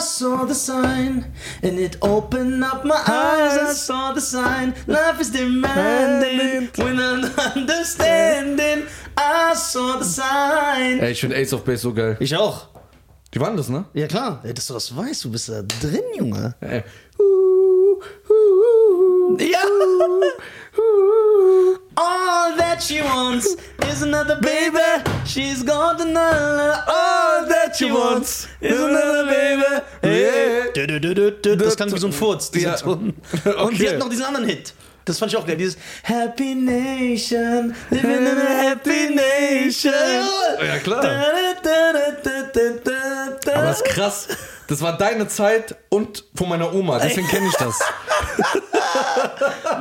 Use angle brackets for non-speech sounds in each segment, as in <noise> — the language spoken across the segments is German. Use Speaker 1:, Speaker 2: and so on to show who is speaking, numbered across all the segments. Speaker 1: saw the sign and it opened up my eyes. I saw the sign. Life is demanding with an <laughs> understanding. I saw the sign.
Speaker 2: Ey, ich finde Ace of Base so geil.
Speaker 1: Ich auch.
Speaker 2: Die waren das, ne?
Speaker 1: Ja klar, Ey, dass du das weißt, du bist da drin, Junge.
Speaker 2: Ey.
Speaker 1: Ja. All that she wants is another baby. She's got another. All that she wants is another baby.
Speaker 2: Yeah.
Speaker 1: Dö, dö, dö, dö, dö. Das klang wie so ein Furz, dieser <laughs>
Speaker 2: Ja.
Speaker 1: Ton. Und die
Speaker 2: Okay.
Speaker 1: hat noch diesen anderen Hit. Das fand ich auch geil. Dieses Happy Nation, living in a happy nation.
Speaker 2: Ja, klar.
Speaker 1: Da, da, da, da, da, da, da.
Speaker 2: Aber das ist krass. Das war deine Zeit und von meiner Oma, deswegen kenne ich das.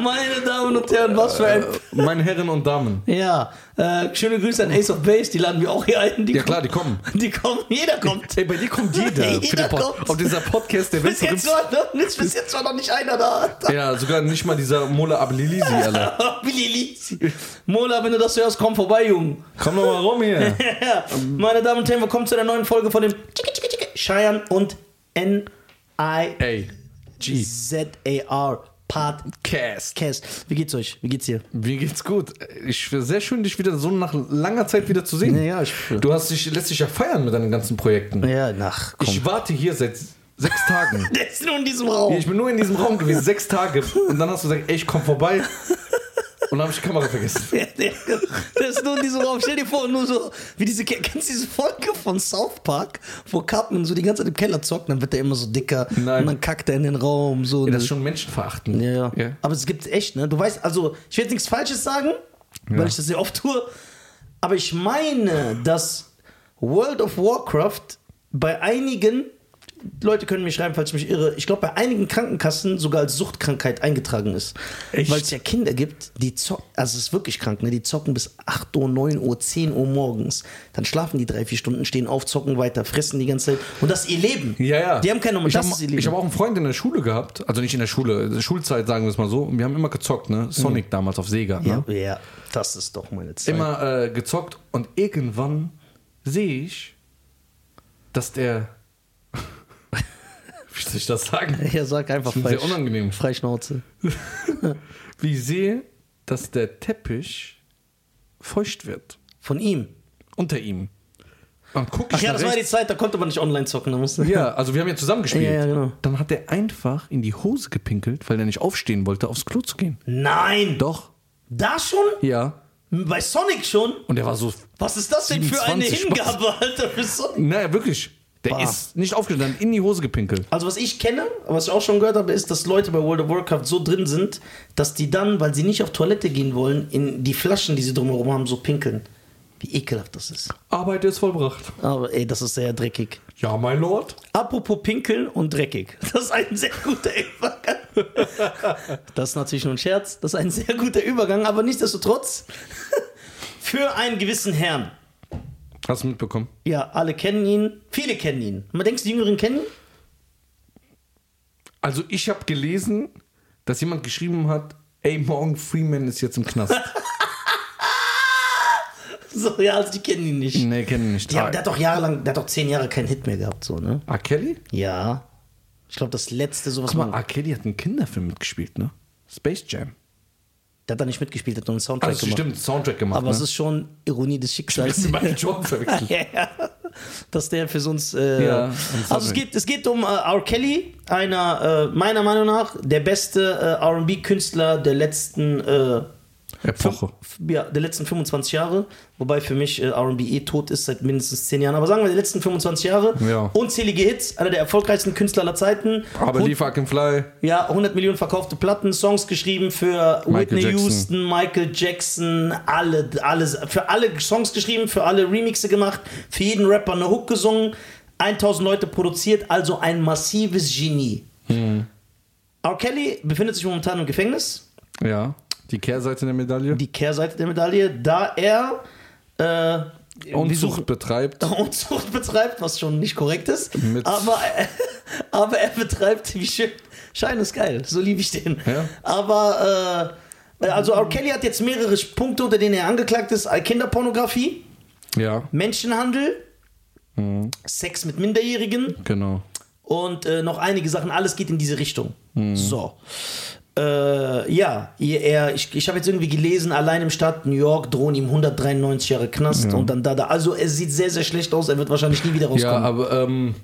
Speaker 1: Meine Damen und Herren, was für ein
Speaker 2: Meine Herren und Damen.
Speaker 1: Ja, äh, schöne Grüße an Ace of Base, die laden wir auch hier ein. Die
Speaker 2: Ja klar, die kommen.
Speaker 1: kommen. Die kommen, jeder <laughs> kommt.
Speaker 2: Ey, bei dir kommt jeder.
Speaker 1: Jeder
Speaker 2: für den
Speaker 1: kommt.
Speaker 2: Pod auf dieser Podcast, der
Speaker 1: bis,
Speaker 2: Witz
Speaker 1: jetzt war noch, bis, bis jetzt war noch nicht einer da.
Speaker 2: Ja, sogar nicht mal dieser Mola Ablilisi,
Speaker 1: <laughs>
Speaker 2: Alter.
Speaker 1: Billy Lisi. Mola, wenn du das hörst, komm vorbei, Junge.
Speaker 2: Komm doch mal rum hier.
Speaker 1: Ja, <laughs> Meine Damen und Herren, willkommen zu der neuen Folge von dem Chicke, Chicke, Chicke, Cheyenne und
Speaker 2: Ey, G.
Speaker 1: N-I-Z-A-R Podcast.
Speaker 2: Cast.
Speaker 1: Wie geht's euch? Wie geht's dir?
Speaker 2: Mir geht's gut. Ich sehr schön, dich wieder so nach langer Zeit wieder zu sehen.
Speaker 1: Ja, ja, ich-
Speaker 2: du hast dich, lässt dich ja feiern mit deinen ganzen Projekten.
Speaker 1: Ja, nach.
Speaker 2: Ich warte hier seit sechs Tagen.
Speaker 1: <laughs> Der ist nur in diesem Raum.
Speaker 2: Ja, Ich bin nur in diesem Raum gewesen, sechs Tage. Und dann hast du gesagt, ey, ich komm vorbei. Und dann habe ich die Kamera vergessen.
Speaker 1: <laughs> Der, der, der ist nur in diesem Raum. Stell dir vor, nur so, wie diese, kennst du diese Folge von South Park, wo Cartman so die ganze Zeit im Keller zockt, dann wird er immer so dicker
Speaker 2: Nein.
Speaker 1: und dann kackt er in den Raum. So ne?
Speaker 2: Das ist schon menschenverachtend.
Speaker 1: ja, ja. Aber es gibt echt, ne? Du weißt, also, ich will jetzt nichts Falsches sagen, weil ich das sehr oft tue, aber ich meine, dass World of Warcraft bei einigen, Leute können mir schreiben, falls ich mich irre, ich glaube, bei einigen Krankenkassen sogar als Suchtkrankheit eingetragen ist.
Speaker 2: Echt?
Speaker 1: Weil es ja Kinder gibt, die zocken, also es ist wirklich krank, ne? Die zocken bis 8 Uhr, 9 Uhr, 10 Uhr morgens. Dann schlafen die drei, vier Stunden, stehen auf, zocken weiter, fressen die ganze Zeit. Und das ist ihr Leben.
Speaker 2: Ja, ja.
Speaker 1: Die haben keine Nummer,
Speaker 2: Ich
Speaker 1: das
Speaker 2: hab-
Speaker 1: ist ihr Leben.
Speaker 2: Ich habe auch einen Freund in der Schule gehabt. Also nicht in der Schule, in der Schulzeit, sagen wir es mal so. Und wir haben immer gezockt, ne?
Speaker 1: Mhm.
Speaker 2: Sonic damals auf Sega. Ne?
Speaker 1: ja, ja, das ist doch meine Zeit.
Speaker 2: Immer äh, gezockt. Und irgendwann sehe ich, dass der. <laughs> Wie soll ich
Speaker 1: <laughs>
Speaker 2: das sagen?
Speaker 1: Ja, sag einfach
Speaker 2: Das ist
Speaker 1: frei.
Speaker 2: mir sehr unangenehm.
Speaker 1: Frei Schnauze.
Speaker 2: Wie ich sehe, dass der Teppich feucht wird.
Speaker 1: Von ihm.
Speaker 2: Unter ihm. Dann guck ich
Speaker 1: Ach ja,
Speaker 2: nach
Speaker 1: das war
Speaker 2: rechts.
Speaker 1: die Zeit, da konnte man nicht online zocken. Da musste
Speaker 2: <laughs> Ja, also wir haben ja zusammen gespielt.
Speaker 1: Ja, ja, genau.
Speaker 2: Dann hat er einfach in die Hose gepinkelt, weil er nicht aufstehen wollte, aufs Klo zu gehen.
Speaker 1: Nein!
Speaker 2: Doch.
Speaker 1: Da schon?
Speaker 2: Ja.
Speaker 1: Bei Sonic schon?
Speaker 2: Und er war so.
Speaker 1: Was ist das denn für eine
Speaker 2: 27 Spaß.
Speaker 1: Hingabe, Alter, für Sonic?
Speaker 2: Naja, wirklich. Der
Speaker 1: Bah.
Speaker 2: ist nicht aufgestanden, in die Hose gepinkelt.
Speaker 1: Also was ich kenne, was ich auch schon gehört habe, ist, dass Leute bei World of Warcraft so drin sind, dass die dann, weil sie nicht auf Toilette gehen wollen, in die Flaschen, die sie drumherum haben, so pinkeln. Wie ekelhaft das ist.
Speaker 2: Arbeit ist vollbracht.
Speaker 1: Aber ey, das ist sehr dreckig.
Speaker 2: Ja, mein Lord.
Speaker 1: Apropos pinkeln und dreckig. Das ist ein sehr guter Übergang. Das ist natürlich nur ein Scherz. Das ist ein sehr guter Übergang, aber nichtsdestotrotz <laughs> für einen gewissen Herrn.
Speaker 2: Hast du mitbekommen?
Speaker 1: Ja, alle kennen ihn. Viele kennen ihn. Man denkt, die Jüngeren kennen ihn? <laughs>
Speaker 2: Also, ich habe gelesen, dass jemand geschrieben hat: Ey, Morgan Freeman ist jetzt im Knast.
Speaker 1: So, ja, also die kennen ihn nicht.
Speaker 2: <laughs> nee, kennen nicht.
Speaker 1: Ja, aber der hat doch jahrelang, der hat doch zehn Jahre keinen Hit mehr gehabt, so, ne?
Speaker 2: R. Kelly?
Speaker 1: Ja. Ich glaube, das letzte, sowas
Speaker 2: Guck mal,
Speaker 1: man-
Speaker 2: R. Kelly hat einen Kinderfilm mitgespielt, ne? Space Jam.
Speaker 1: Der hat da nicht mitgespielt, der hat nur einen Soundtrack
Speaker 2: Also,
Speaker 1: gemacht.
Speaker 2: stimmt, Soundtrack gemacht.
Speaker 1: Aber
Speaker 2: ne?
Speaker 1: es ist schon Ironie des Schicksals.
Speaker 2: mit Michael Jordan
Speaker 1: <laughs>
Speaker 2: verwechselt.
Speaker 1: ja, ja. Dass der für uns. Äh,
Speaker 2: Ja,
Speaker 1: also es
Speaker 2: sorry.
Speaker 1: geht, es geht um äh, R. Kelly, einer äh, meiner Meinung nach der beste äh, RB-Künstler der letzten äh,
Speaker 2: Epoche.
Speaker 1: f- ja, der letzten 25 Jahre, wobei für mich äh, RB eh tot ist seit mindestens 10 Jahren, aber sagen wir die letzten 25 Jahre,
Speaker 2: Ja.
Speaker 1: unzählige Hits, einer der erfolgreichsten Künstler aller Zeiten,
Speaker 2: Aber
Speaker 1: Hund-
Speaker 2: die fucking fly.
Speaker 1: ja, 100 Millionen verkaufte Platten, Songs geschrieben für
Speaker 2: Michael
Speaker 1: Whitney
Speaker 2: Jackson.
Speaker 1: Houston, Michael Jackson, alle, alle, für alle Songs geschrieben, für alle Remixe gemacht, für jeden Rapper eine Hook gesungen, 1000 Leute produziert, also ein massives Genie.
Speaker 2: Hm.
Speaker 1: R. Kelly befindet sich momentan im Gefängnis,
Speaker 2: Ja. Die Kehrseite der Medaille.
Speaker 1: die Kehrseite der Medaille, da er äh, wir
Speaker 2: Unzucht
Speaker 1: suchen-
Speaker 2: betreibt.
Speaker 1: Unzucht <laughs> betreibt, was schon nicht korrekt ist.
Speaker 2: Mit-
Speaker 1: aber, <laughs> aber er betreibt, wie schön. Schein ist geil, so liebe ich den.
Speaker 2: Ja.
Speaker 1: Aber, äh, also R. Kelly hat jetzt mehrere Punkte, unter denen er angeklagt ist: Äh, Kinderpornografie,
Speaker 2: Ja, Mhm.
Speaker 1: Menschenhandel, Sex mit Minderjährigen
Speaker 2: genau.
Speaker 1: und äh, noch einige Sachen. Alles geht in diese Richtung.
Speaker 2: Mhm.
Speaker 1: So. Äh, ja, ihr- er, ich, ich habe jetzt irgendwie gelesen, allein im Staat New York drohen ihm 193 Jahre Knast und dann da, da. Also es sieht sehr, sehr schlecht aus. Er wird wahrscheinlich nie wieder
Speaker 2: Ja,
Speaker 1: rauskommen.
Speaker 2: aber ähm,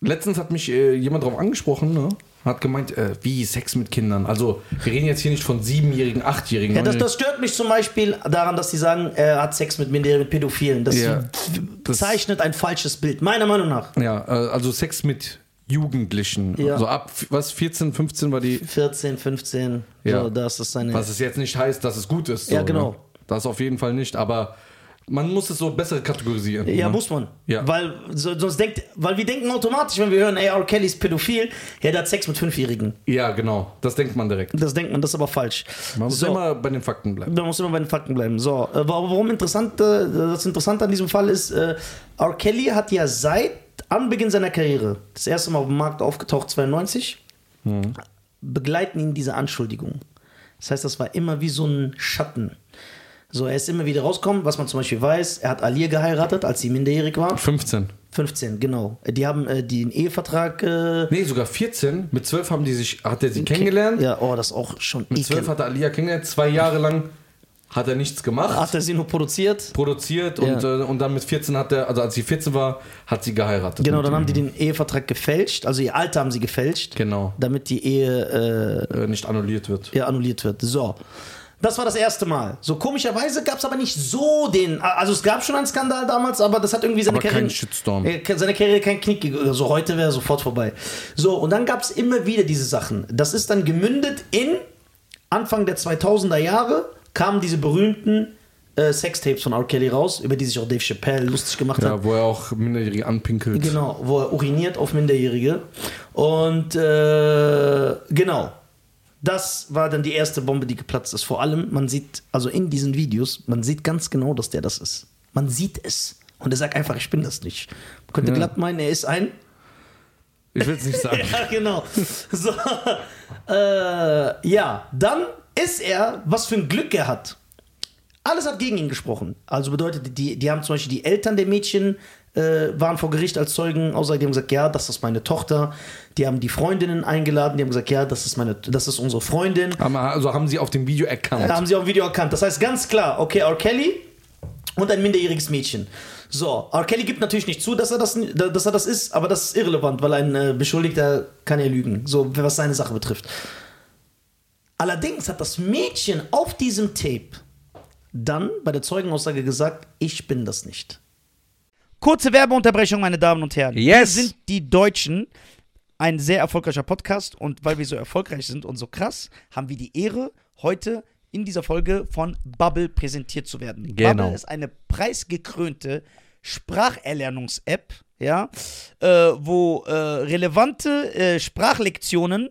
Speaker 2: letztens hat mich äh, jemand darauf angesprochen, ne? hat gemeint, äh, wie Sex mit Kindern. Also wir reden jetzt hier nicht von siebenjährigen, achtjährigen.
Speaker 1: Ja, das,
Speaker 2: Neunjährigen.
Speaker 1: das stört mich zum Beispiel daran, dass sie sagen, er hat Sex mit Minderjährigen, mit Pädophilen. Das
Speaker 2: Ja, das-
Speaker 1: zeichnet ein falsches Bild, meiner Meinung nach.
Speaker 2: ja äh, also Sex mit Jugendlichen.
Speaker 1: Ja.
Speaker 2: So ab was 14, 15 war die.
Speaker 1: 14, 15,
Speaker 2: Ja.
Speaker 1: so, das ist seine.
Speaker 2: Was es jetzt nicht heißt, dass es gut ist. So,
Speaker 1: Ja, genau.
Speaker 2: Ne? Das auf jeden Fall nicht. Aber man muss es so besser kategorisieren.
Speaker 1: ja,
Speaker 2: ne?
Speaker 1: muss man.
Speaker 2: Ja.
Speaker 1: Weil so, sonst denkt, weil wir denken automatisch, wenn wir hören, ey, R. Kelly ist pädophil, ja, der hat Sex mit Fünfjährigen.
Speaker 2: Ja, genau. Das denkt man direkt.
Speaker 1: Das denkt man, das ist aber falsch.
Speaker 2: Man muss
Speaker 1: so,
Speaker 2: immer bei den Fakten bleiben.
Speaker 1: man muss immer bei den Fakten bleiben. So, äh, wa- warum interessant, äh, das Interessante an diesem Fall ist, äh, R. Kelly hat ja seit Anbeginn seiner Karriere, das erste Mal auf dem Markt aufgetaucht, 92,
Speaker 2: Hm.
Speaker 1: begleiten ihn diese Anschuldigungen. Das heißt, das war immer wie so ein Schatten. So, er ist immer wieder rausgekommen, was man zum Beispiel weiß, er hat Alir geheiratet, als sie minderjährig war.
Speaker 2: 15.
Speaker 1: 15, genau. Die haben äh, den Ehevertrag. Äh,
Speaker 2: Nee, sogar 14. Mit 12 haben die sich, hat er sie kennengelernt.
Speaker 1: Ja, oh, das ist auch schon
Speaker 2: Mit 12
Speaker 1: ekelhaft.
Speaker 2: hat er Alia kennengelernt. Zwei Jahre lang hat er nichts gemacht,
Speaker 1: Hat er sie nur produziert?
Speaker 2: produziert und,
Speaker 1: Ja.
Speaker 2: äh, und dann mit 14 hat er, also als sie 14 war, hat sie geheiratet.
Speaker 1: Genau,
Speaker 2: Mit
Speaker 1: dann
Speaker 2: ihm.
Speaker 1: haben die den Ehevertrag gefälscht, also ihr Alter haben sie gefälscht,
Speaker 2: Genau.
Speaker 1: damit die Ehe
Speaker 2: Äh, nicht annulliert wird.
Speaker 1: äh, ja, annulliert wird. So. Das war das erste Mal. So komischerweise gab es aber nicht so den. Also es gab schon einen Skandal damals, aber das hat irgendwie seine
Speaker 2: Aber keinen
Speaker 1: Karriere.
Speaker 2: Shitstorm.
Speaker 1: Äh, Seine Karriere kein Knick gegeben. So heute wäre sofort vorbei. So, und dann gab es immer wieder diese Sachen. Das ist dann gemündet in Anfang der 2000er Jahre kamen diese berühmten äh, Sextapes von R. Kelly raus, über die sich auch Dave Chappelle lustig gemacht hat.
Speaker 2: Ja, wo er auch Minderjährige anpinkelt.
Speaker 1: Genau, wo er uriniert auf Minderjährige. Und äh, genau, das war dann die erste Bombe, die geplatzt ist. Vor allem, man sieht, also in diesen Videos, man sieht ganz genau, dass der das ist. Man sieht es. Und er sagt einfach, ich bin das nicht. Man könnte
Speaker 2: Ja.
Speaker 1: glatt meinen, er ist ein.
Speaker 2: Ich will es nicht sagen.
Speaker 1: Ja, genau. So, äh, ja, dann ist er, was für ein Glück er hat. Alles hat gegen ihn gesprochen. Also bedeutet, die, die haben zum Beispiel die Eltern der Mädchen äh, waren vor Gericht als Zeugen, außerdem haben gesagt, ja, das ist meine Tochter. Die haben die Freundinnen eingeladen, die haben gesagt, ja, das ist meine, das ist unsere Freundin.
Speaker 2: <laughs> Haben- Also haben sie auf dem Video erkannt.
Speaker 1: Da haben sie auch ein Video erkannt. Das heißt ganz klar, okay, R. Kelly und ein minderjähriges Mädchen. So, R. Kelly gibt natürlich nicht zu, dass er das, dass er das ist, aber das ist irrelevant, weil ein äh, Beschuldigter kann ja lügen, so was seine Sache betrifft. Allerdings hat das Mädchen auf diesem Tape dann bei der Zeugenaussage gesagt, ich bin das nicht. Kurze Werbeunterbrechung, meine Damen und Herren.
Speaker 2: Yes.
Speaker 1: Wir sind die Deutschen, ein sehr erfolgreicher Podcast und weil wir so erfolgreich sind und so krass, haben wir die Ehre, heute in dieser Folge von Bubble präsentiert zu werden.
Speaker 2: Genau.
Speaker 1: Bubble ist eine preisgekrönte Spracherlernungs-App, ja, äh, wo äh, relevante äh, Sprachlektionen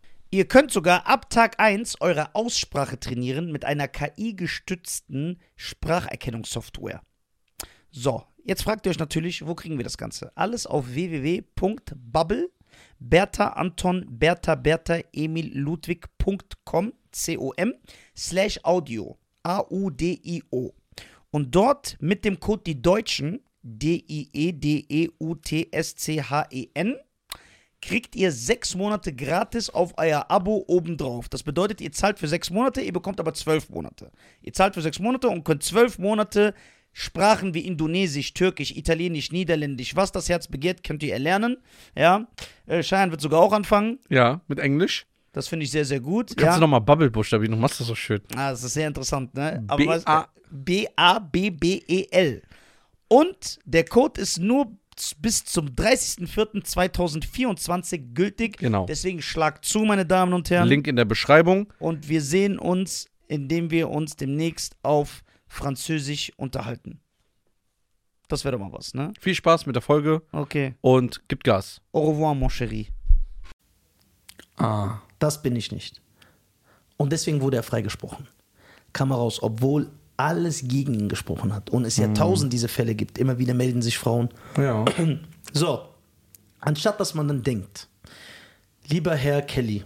Speaker 1: Ihr könnt sogar ab Tag 1 eure Aussprache trainieren mit einer KI-gestützten Spracherkennungssoftware. So, jetzt fragt ihr euch natürlich, wo kriegen wir das Ganze? Alles auf www.bubble, Bertha Anton, Bertha Bertha Emil Ludwig.com, C-O-M, slash Audio, A-U-D-I-O. Und dort mit dem Code die Deutschen, E D-I-E-D-E-U-T-S-C-H-E-N, kriegt ihr sechs Monate gratis auf euer Abo obendrauf. Das bedeutet, ihr zahlt für sechs Monate, ihr bekommt aber zwölf Monate. Ihr zahlt für sechs Monate und könnt zwölf Monate Sprachen wie Indonesisch, Türkisch, Italienisch, Niederländisch, was das Herz begehrt, könnt ihr erlernen. Ja, äh, Cheyenne wird sogar auch anfangen.
Speaker 3: Ja, mit Englisch.
Speaker 1: Das finde ich sehr, sehr gut.
Speaker 3: Kannst
Speaker 1: ja.
Speaker 3: du nochmal Bubble buchstabieren, du machst das so schön.
Speaker 1: Ah, das ist sehr interessant, ne?
Speaker 3: B-
Speaker 1: was-
Speaker 3: A-
Speaker 1: B-A-B-B-E-L. E Und der Code ist nur z- bis zum 30.04.2024 gültig.
Speaker 3: Genau.
Speaker 1: Deswegen schlag zu, meine Damen und Herren.
Speaker 3: Link in der Beschreibung.
Speaker 1: Und wir sehen uns, indem wir uns demnächst auf Französisch unterhalten. Das wäre doch mal was, ne?
Speaker 3: Viel Spaß mit der Folge
Speaker 1: Okay.
Speaker 3: und gibt Gas.
Speaker 1: Au revoir, mon chéri.
Speaker 2: Ah.
Speaker 1: Das bin ich nicht. Und deswegen wurde er freigesprochen. kam er raus, obwohl alles gegen ihn gesprochen hat und es ja tausend diese Fälle gibt. Immer wieder melden sich Frauen. <clears throat>
Speaker 2: Ja.
Speaker 1: So, anstatt dass man dann denkt, lieber Herr Kelly,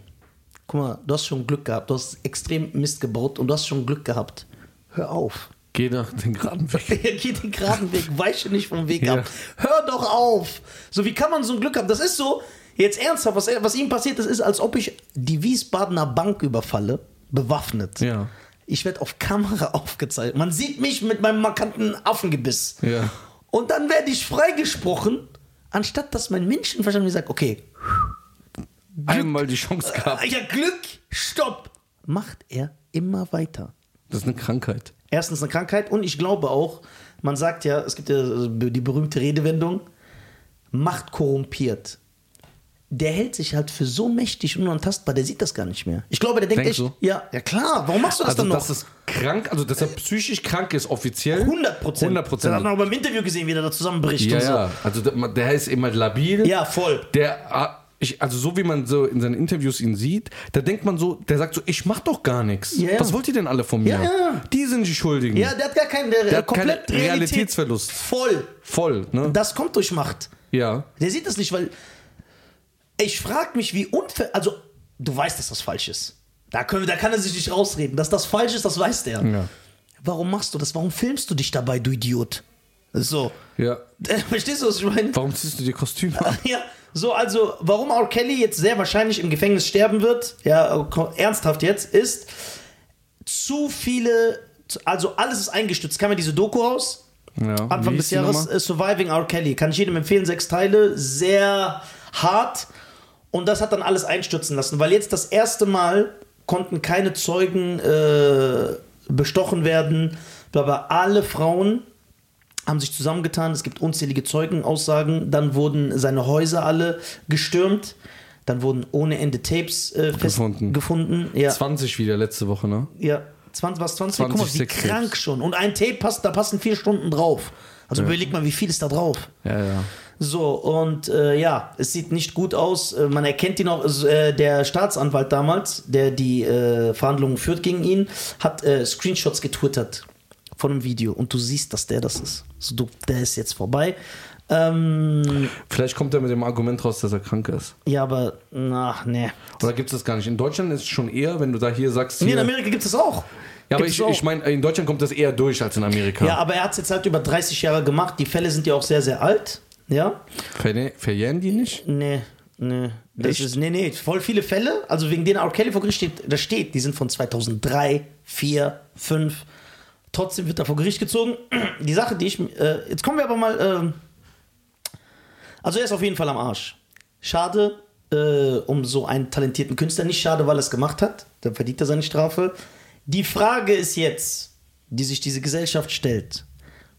Speaker 1: guck mal, du hast schon Glück gehabt, du hast extrem Mist gebaut und du hast schon Glück gehabt. Hör auf.
Speaker 2: Geh nach den geraden
Speaker 1: <laughs>
Speaker 2: Weg.
Speaker 1: Geh den geraden Weg, weiche nicht vom Weg
Speaker 2: Ja.
Speaker 1: ab. Hör doch auf. So, wie kann man so ein Glück haben? Das ist so, jetzt ernsthaft, was, er- was ihm passiert ist, ist, als ob ich die Wiesbadener Bank überfalle, bewaffnet.
Speaker 2: Ja.
Speaker 1: Ich werde auf Kamera <laughs> aufgezeigt. Man sieht mich mit meinem markanten Affengebiss.
Speaker 2: Ja.
Speaker 1: Und dann werde ich freigesprochen, anstatt dass mein Menschenverstand mir sagt, okay,
Speaker 2: Einmal die Chance gehabt.
Speaker 1: ja Glück, stopp. Macht er immer weiter.
Speaker 2: Das ist eine Krankheit.
Speaker 1: erstens eine Krankheit und ich glaube auch, man sagt ja, es gibt ja äh, die berühmte Redewendung, Macht korrumpiert. Der hält sich halt für so mächtig und unantastbar, der sieht das gar nicht mehr. Ich glaube, der denkt
Speaker 2: Denkst
Speaker 1: echt,
Speaker 2: du?
Speaker 1: ja, ja klar, warum machst du das
Speaker 2: Also,
Speaker 1: dann noch?
Speaker 2: dass es krank, also dass er psychisch krank ist, offiziell.
Speaker 1: 100 Prozent.
Speaker 2: 100
Speaker 1: Das hat man
Speaker 2: Prozent.
Speaker 1: auch beim Interview gesehen, wie der da zusammenbricht
Speaker 2: Ja,
Speaker 1: und so.
Speaker 2: ja. Also, der der ist immer labil.
Speaker 1: Ja, voll.
Speaker 2: Der, ah, ich, also so wie man so in seinen Interviews ihn sieht, da denkt man so, der sagt so, ich mach doch gar nichts.
Speaker 1: Ja, ja.
Speaker 2: Was wollt ihr denn alle von mir?
Speaker 1: Ja, ja.
Speaker 2: Die sind die Schuldigen.
Speaker 1: Ja, der hat gar keinen, der,
Speaker 2: hat
Speaker 1: komplett
Speaker 2: keinen
Speaker 1: Realität-
Speaker 2: Realitätsverlust.
Speaker 1: Voll.
Speaker 2: Voll, ne?
Speaker 1: Das kommt durch Macht.
Speaker 2: ja.
Speaker 1: Der sieht das nicht, weil ich frage mich, wie unfair. Also, du weißt, dass das falsch ist. Da, können, wir- da kann er sich nicht rausreden. Dass das falsch ist, das weiß der.
Speaker 2: Ja.
Speaker 1: Warum machst du das? Warum filmst du dich dabei, du Idiot? So. <laughs>
Speaker 2: Ja.
Speaker 1: Verstehst du, was ich meine?
Speaker 2: Warum ziehst du dir Kostüme
Speaker 1: <laughs>
Speaker 2: an?
Speaker 1: Ja, so, also, warum R. Kelly jetzt sehr wahrscheinlich im Gefängnis sterben wird, ja, ko- ernsthaft jetzt, ist zu viele, zu- also alles ist eingestützt. Kam ja diese Doku raus,
Speaker 2: Ja.
Speaker 1: Anfang
Speaker 2: Wie
Speaker 1: des
Speaker 2: hieß die
Speaker 1: Jahres,
Speaker 2: nochmal?
Speaker 1: äh, Surviving R. Kelly. Kann ich jedem empfehlen, sechs Teile, sehr hart. Und das hat dann alles einstürzen lassen, weil jetzt das erste Mal konnten keine Zeugen äh, bestochen werden, aber alle Frauen haben sich zusammengetan. Es gibt unzählige Zeugenaussagen. Dann wurden seine Häuser alle gestürmt. Dann wurden ohne Ende Tapes äh, gefunden.
Speaker 2: Gefunden.
Speaker 1: gefunden. Ja,
Speaker 2: 20 wieder letzte Woche, ne?
Speaker 1: ja. 20, was 20? Guck mal,
Speaker 2: 20
Speaker 1: wie
Speaker 2: Sextapes.
Speaker 1: krank schon. Und ein Tape passt, da passen vier Stunden drauf. Also überleg mal, wie viel ist da drauf.
Speaker 2: Ja, ja.
Speaker 1: So, und äh, ja, es sieht nicht gut aus. Äh, Man erkennt ihn auch. Es, Äh, der Staatsanwalt damals, der die äh, Verhandlungen führt gegen ihn, hat äh, Screenshots getwittert von einem Video. Und du siehst, dass der das ist. So, du, der ist jetzt vorbei. Ähm,
Speaker 2: Vielleicht kommt er mit dem Argument raus, dass er krank ist.
Speaker 1: ja, aber, na, ne.
Speaker 2: Oder gibt es das gar nicht? In Deutschland ist es schon eher, wenn du da hier sagst,
Speaker 1: Nee,
Speaker 2: hier,
Speaker 1: in Amerika gibt es das auch.
Speaker 2: ja, aber
Speaker 1: Gibt's
Speaker 2: ich,
Speaker 1: auch.
Speaker 2: ich meine, in Deutschland kommt das eher durch als in Amerika.
Speaker 1: Ja, aber er hat es jetzt halt über 30 Jahre gemacht. Die Fälle sind ja auch sehr, sehr alt. Ja.
Speaker 2: Ver verjähren die nicht?
Speaker 1: Nee, nee. Das
Speaker 2: Echt?
Speaker 1: ist, nee, nee. Voll viele Fälle, also wegen denen R. Kelly vor Gericht steht, da steht, die sind von 2003, 4, 5. Trotzdem wird er vor Gericht gezogen. Die Sache, die ich. Äh, jetzt kommen wir aber mal. ähm, also, er ist auf jeden Fall am Arsch. Schade äh, um so einen talentierten Künstler. Nicht schade, weil er es gemacht hat. Dann verdient er seine Strafe. Die Frage ist jetzt, die sich diese Gesellschaft stellt: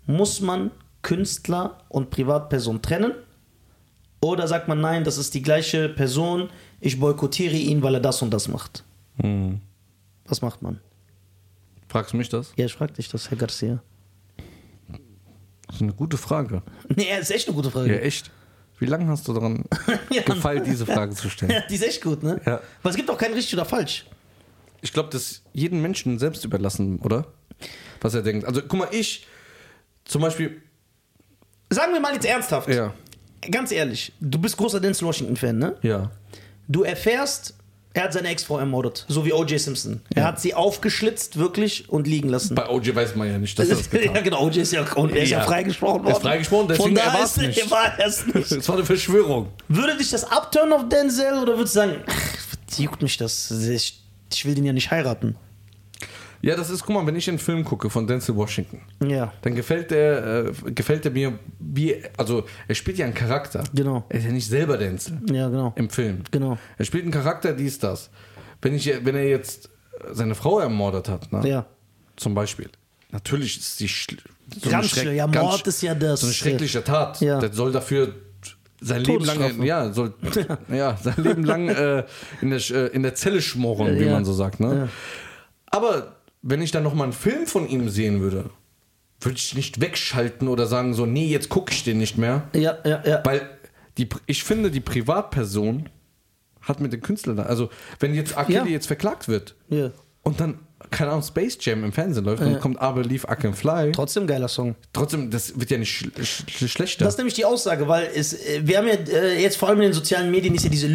Speaker 1: Muss man Künstler und Privatperson trennen? Oder sagt man, nein, das ist die gleiche Person, ich boykottiere ihn, weil er das und das macht?
Speaker 2: Hm.
Speaker 1: Was macht man?
Speaker 2: Fragst du mich das?
Speaker 1: Ja, ich frag dich das, Herr Garcia. <laughs>
Speaker 2: Das ist eine gute Frage.
Speaker 1: Nee, ist echt eine gute
Speaker 2: Ja,
Speaker 1: Frage.
Speaker 2: echt. Wie lange hast du <laughs> daran
Speaker 1: Ja.
Speaker 2: gefallen, diese Frage zu stellen?
Speaker 1: Ja, <laughs> die ist echt gut, ne?
Speaker 2: Ja.
Speaker 1: Weil es gibt auch kein richtig oder falsch.
Speaker 2: <laughs> Ich glaube, das ist jedem Menschen selbst überlassen, oder? Was er denkt. Also, guck mal, ich zum Beispiel.
Speaker 1: Sagen wir mal jetzt ernsthaft.
Speaker 2: Ja.
Speaker 1: Ganz ehrlich, du bist großer Denzel Washington-Fan, ne?
Speaker 2: Ja.
Speaker 1: Du erfährst, er hat seine Ex-Frau ermordet, so wie O.J. Simpson. Er hat sie aufgeschlitzt, wirklich, und liegen lassen. <laughs>
Speaker 2: Bei OJ weiß man ja nicht, dass er das getan
Speaker 1: ja,
Speaker 2: hat.
Speaker 1: genau, O.J. ist ja, und er ist ja,
Speaker 2: Ja.
Speaker 1: freigesprochen
Speaker 2: Er
Speaker 1: worden.
Speaker 2: ist freigesprochen,
Speaker 1: Von
Speaker 2: deswegen er
Speaker 1: da
Speaker 2: war's
Speaker 1: ist,
Speaker 2: nicht.
Speaker 1: war er es
Speaker 2: <laughs>
Speaker 1: nicht.
Speaker 2: Das war eine Verschwörung.
Speaker 1: Würde dich das abtören auf Denzel oder würdest du sagen, ach, juckt mich das? Ich, ich will den ja nicht heiraten.
Speaker 2: Ja, das ist, guck mal, wenn ich einen Film gucke von Denzel Washington,
Speaker 1: Ja.
Speaker 2: dann gefällt der, äh, gefällt er mir wie, also er spielt ja einen Charakter.
Speaker 1: Genau.
Speaker 2: Er ist ja nicht selber Denzel
Speaker 1: Ja, genau.
Speaker 2: im Film.
Speaker 1: Genau.
Speaker 2: Er spielt einen Charakter, dies, das. Wenn, ich, wenn er jetzt seine Frau ermordet hat, ne?
Speaker 1: Ja.
Speaker 2: zum Beispiel, natürlich ist die schl- so
Speaker 1: Ganz
Speaker 2: schreck-
Speaker 1: schlimm. Ja,
Speaker 2: ganz
Speaker 1: Mord
Speaker 2: sch-
Speaker 1: ist ja das-
Speaker 2: So eine schreckliche Tat.
Speaker 1: Ja.
Speaker 2: Das soll dafür sein Leben lang,
Speaker 1: Todesstrafe. <laughs>
Speaker 2: ja, soll, ja, sein Leben lang äh, in, der, Sch- äh, in der Zelle schmoren, wie
Speaker 1: Ja.
Speaker 2: man so sagt. Ne?
Speaker 1: Ja.
Speaker 2: Aber wenn ich dann nochmal einen Film von ihm sehen würde, würde ich nicht wegschalten oder sagen so, nee, jetzt gucke ich den nicht mehr.
Speaker 1: Ja, ja, ja.
Speaker 2: Weil die, Pri- ich finde, die Privatperson hat mit dem Künstler da. Also, wenn jetzt Akeli
Speaker 1: Ja.
Speaker 2: jetzt verklagt wird
Speaker 1: Ja.
Speaker 2: und dann keine Ahnung, Space Jam im Fernsehen läuft, dann kommt I Believe I Can Fly.
Speaker 1: Trotzdem geiler Song.
Speaker 2: Trotzdem, das wird ja nicht schl schl schlechter.
Speaker 1: Das ist nämlich die Aussage, weil es, äh, wir haben ja äh, jetzt vor allem in den sozialen Medien ist ja diese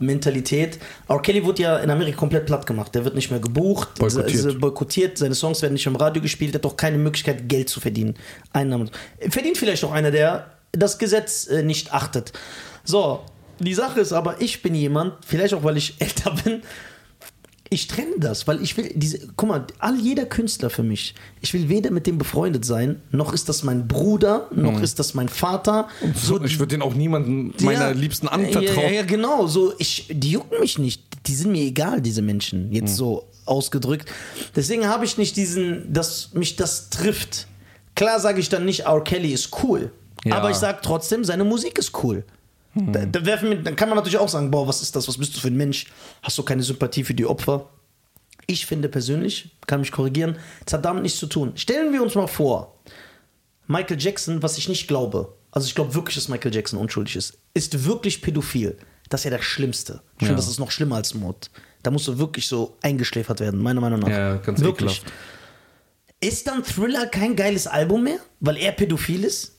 Speaker 1: Lynchmob-Mentalität. R. Kelly wurde ja in Amerika komplett platt gemacht. Der wird nicht mehr gebucht,
Speaker 2: Boykottiert.
Speaker 1: se- se- boykottiert seine Songs werden nicht im Radio gespielt, hat doch keine Möglichkeit, Geld zu verdienen. Einnahmen. Verdient vielleicht auch einer, der das Gesetz äh, nicht achtet. So, die Sache ist aber, ich bin jemand, vielleicht auch, weil ich <laughs> älter bin, ich trenne das, weil ich will diese. Guck mal, all jeder Künstler für mich. Ich will weder mit dem befreundet sein, noch ist das mein Bruder, noch
Speaker 2: Mhm.
Speaker 1: ist das mein Vater. So,
Speaker 2: ich würde den auch niemandem meiner
Speaker 1: ja,
Speaker 2: Liebsten anvertrauen.
Speaker 1: Ja, ja, genau. So, ich, die jucken mich nicht. Die sind mir egal, diese Menschen.
Speaker 2: Mhm.
Speaker 1: Jetzt so ausgedrückt. Deswegen habe ich nicht diesen, dass mich das trifft. Klar sage ich dann nicht, R. Kelly ist cool.
Speaker 2: Ja. Mhm.
Speaker 1: Aber ich sage trotzdem, seine Musik ist cool. Da, da werfen mir, dann kann man natürlich auch sagen, boah, was ist das? Was bist du für ein Mensch? Hast du keine Sympathie für die Opfer? Ich finde persönlich, kann mich korrigieren, es hat damit nichts zu tun. Stellen wir uns mal vor, Michael Jackson, was ich nicht glaube, also ich glaube wirklich, dass Michael Jackson unschuldig ist, ist wirklich pädophil. Das ist ja das Schlimmste. Ich
Speaker 2: Ja.
Speaker 1: finde, das ist noch schlimmer als Mord. Da musst du wirklich so eingeschläfert werden, meiner Meinung nach.
Speaker 2: Ja, ganz
Speaker 1: wirklich.
Speaker 2: ekelhaft.
Speaker 1: Ist dann Thriller kein geiles Album mehr, weil er pädophil ist?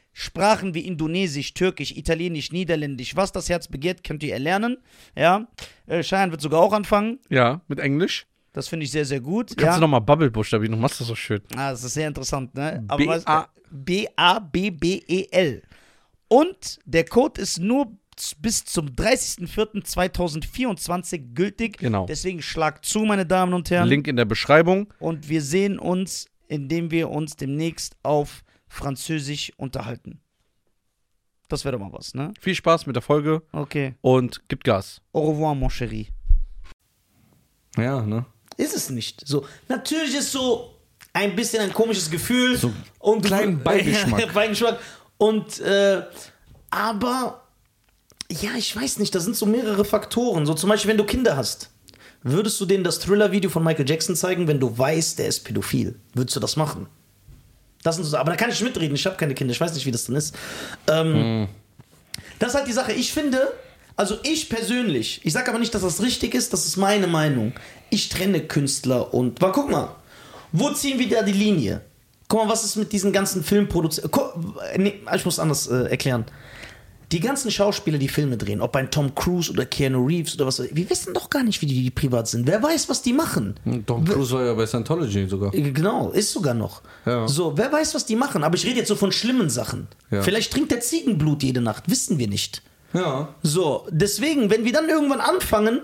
Speaker 4: Sprachen wie Indonesisch, Türkisch, Italienisch, Niederländisch, was das Herz begehrt, könnt ihr erlernen. Ja, äh, Cheyenne wird sogar auch anfangen.
Speaker 3: Ja, mit Englisch.
Speaker 4: Das finde ich sehr, sehr gut.
Speaker 3: Kannst
Speaker 4: ja.
Speaker 3: du nochmal Bubble buchstabieren, du machst das so schön.
Speaker 4: Ah, das ist sehr interessant, ne?
Speaker 3: B-
Speaker 4: was-
Speaker 3: A-
Speaker 4: B-A-B-B-E-L. E Und der Code ist nur z- bis zum 30.04.2024 gültig.
Speaker 3: Genau.
Speaker 4: Deswegen schlag zu, meine Damen und Herren.
Speaker 3: Link in der Beschreibung.
Speaker 4: Und wir sehen uns, indem wir uns demnächst auf Französisch unterhalten. Das wäre doch mal was, ne?
Speaker 3: Viel Spaß mit der Folge
Speaker 4: Okay.
Speaker 3: und gibt Gas.
Speaker 4: Au revoir, mon chéri.
Speaker 2: Ja, ne?
Speaker 1: Ist es nicht. So, natürlich ist so ein bisschen ein komisches Gefühl
Speaker 2: So
Speaker 1: und <laughs>
Speaker 2: kleinen Beigeschmack.
Speaker 1: Beigeschmack. Und äh, aber ja, ich weiß nicht. Da sind so mehrere Faktoren. So zum Beispiel, wenn du Kinder hast, würdest du denen das Thriller-Video von Michael Jackson zeigen, wenn du weißt, der ist pädophil? Würdest du das machen? Das sind so, aber da kann ich nicht mitreden. Ich habe keine Kinder. Ich weiß nicht, wie das dann ist. Ähm, Das ist halt die Sache. Ich finde, also ich persönlich, ich sage aber nicht, dass das richtig ist, das ist meine Meinung. Ich trenne Künstler und. Weil guck mal, wo ziehen wir da die Linie? Guck mal, was ist mit diesen ganzen Filmproduzenten. Nee, ich muss anders äh, erklären. Die ganzen Schauspieler, die Filme drehen, ob ein Tom Cruise oder Keanu Reeves oder was, wir wissen doch gar nicht, wie die, die privat sind. Wer weiß, was die machen?
Speaker 2: Tom Cruise war ja bei Scientology sogar.
Speaker 1: Genau, ist sogar noch.
Speaker 2: Ja.
Speaker 1: So, wer weiß, was die machen. Aber ich rede jetzt so von schlimmen Sachen.
Speaker 2: Ja.
Speaker 1: Vielleicht trinkt der Ziegenblut jede Nacht, wissen wir nicht.
Speaker 2: Ja.
Speaker 1: So, deswegen, wenn wir dann irgendwann anfangen,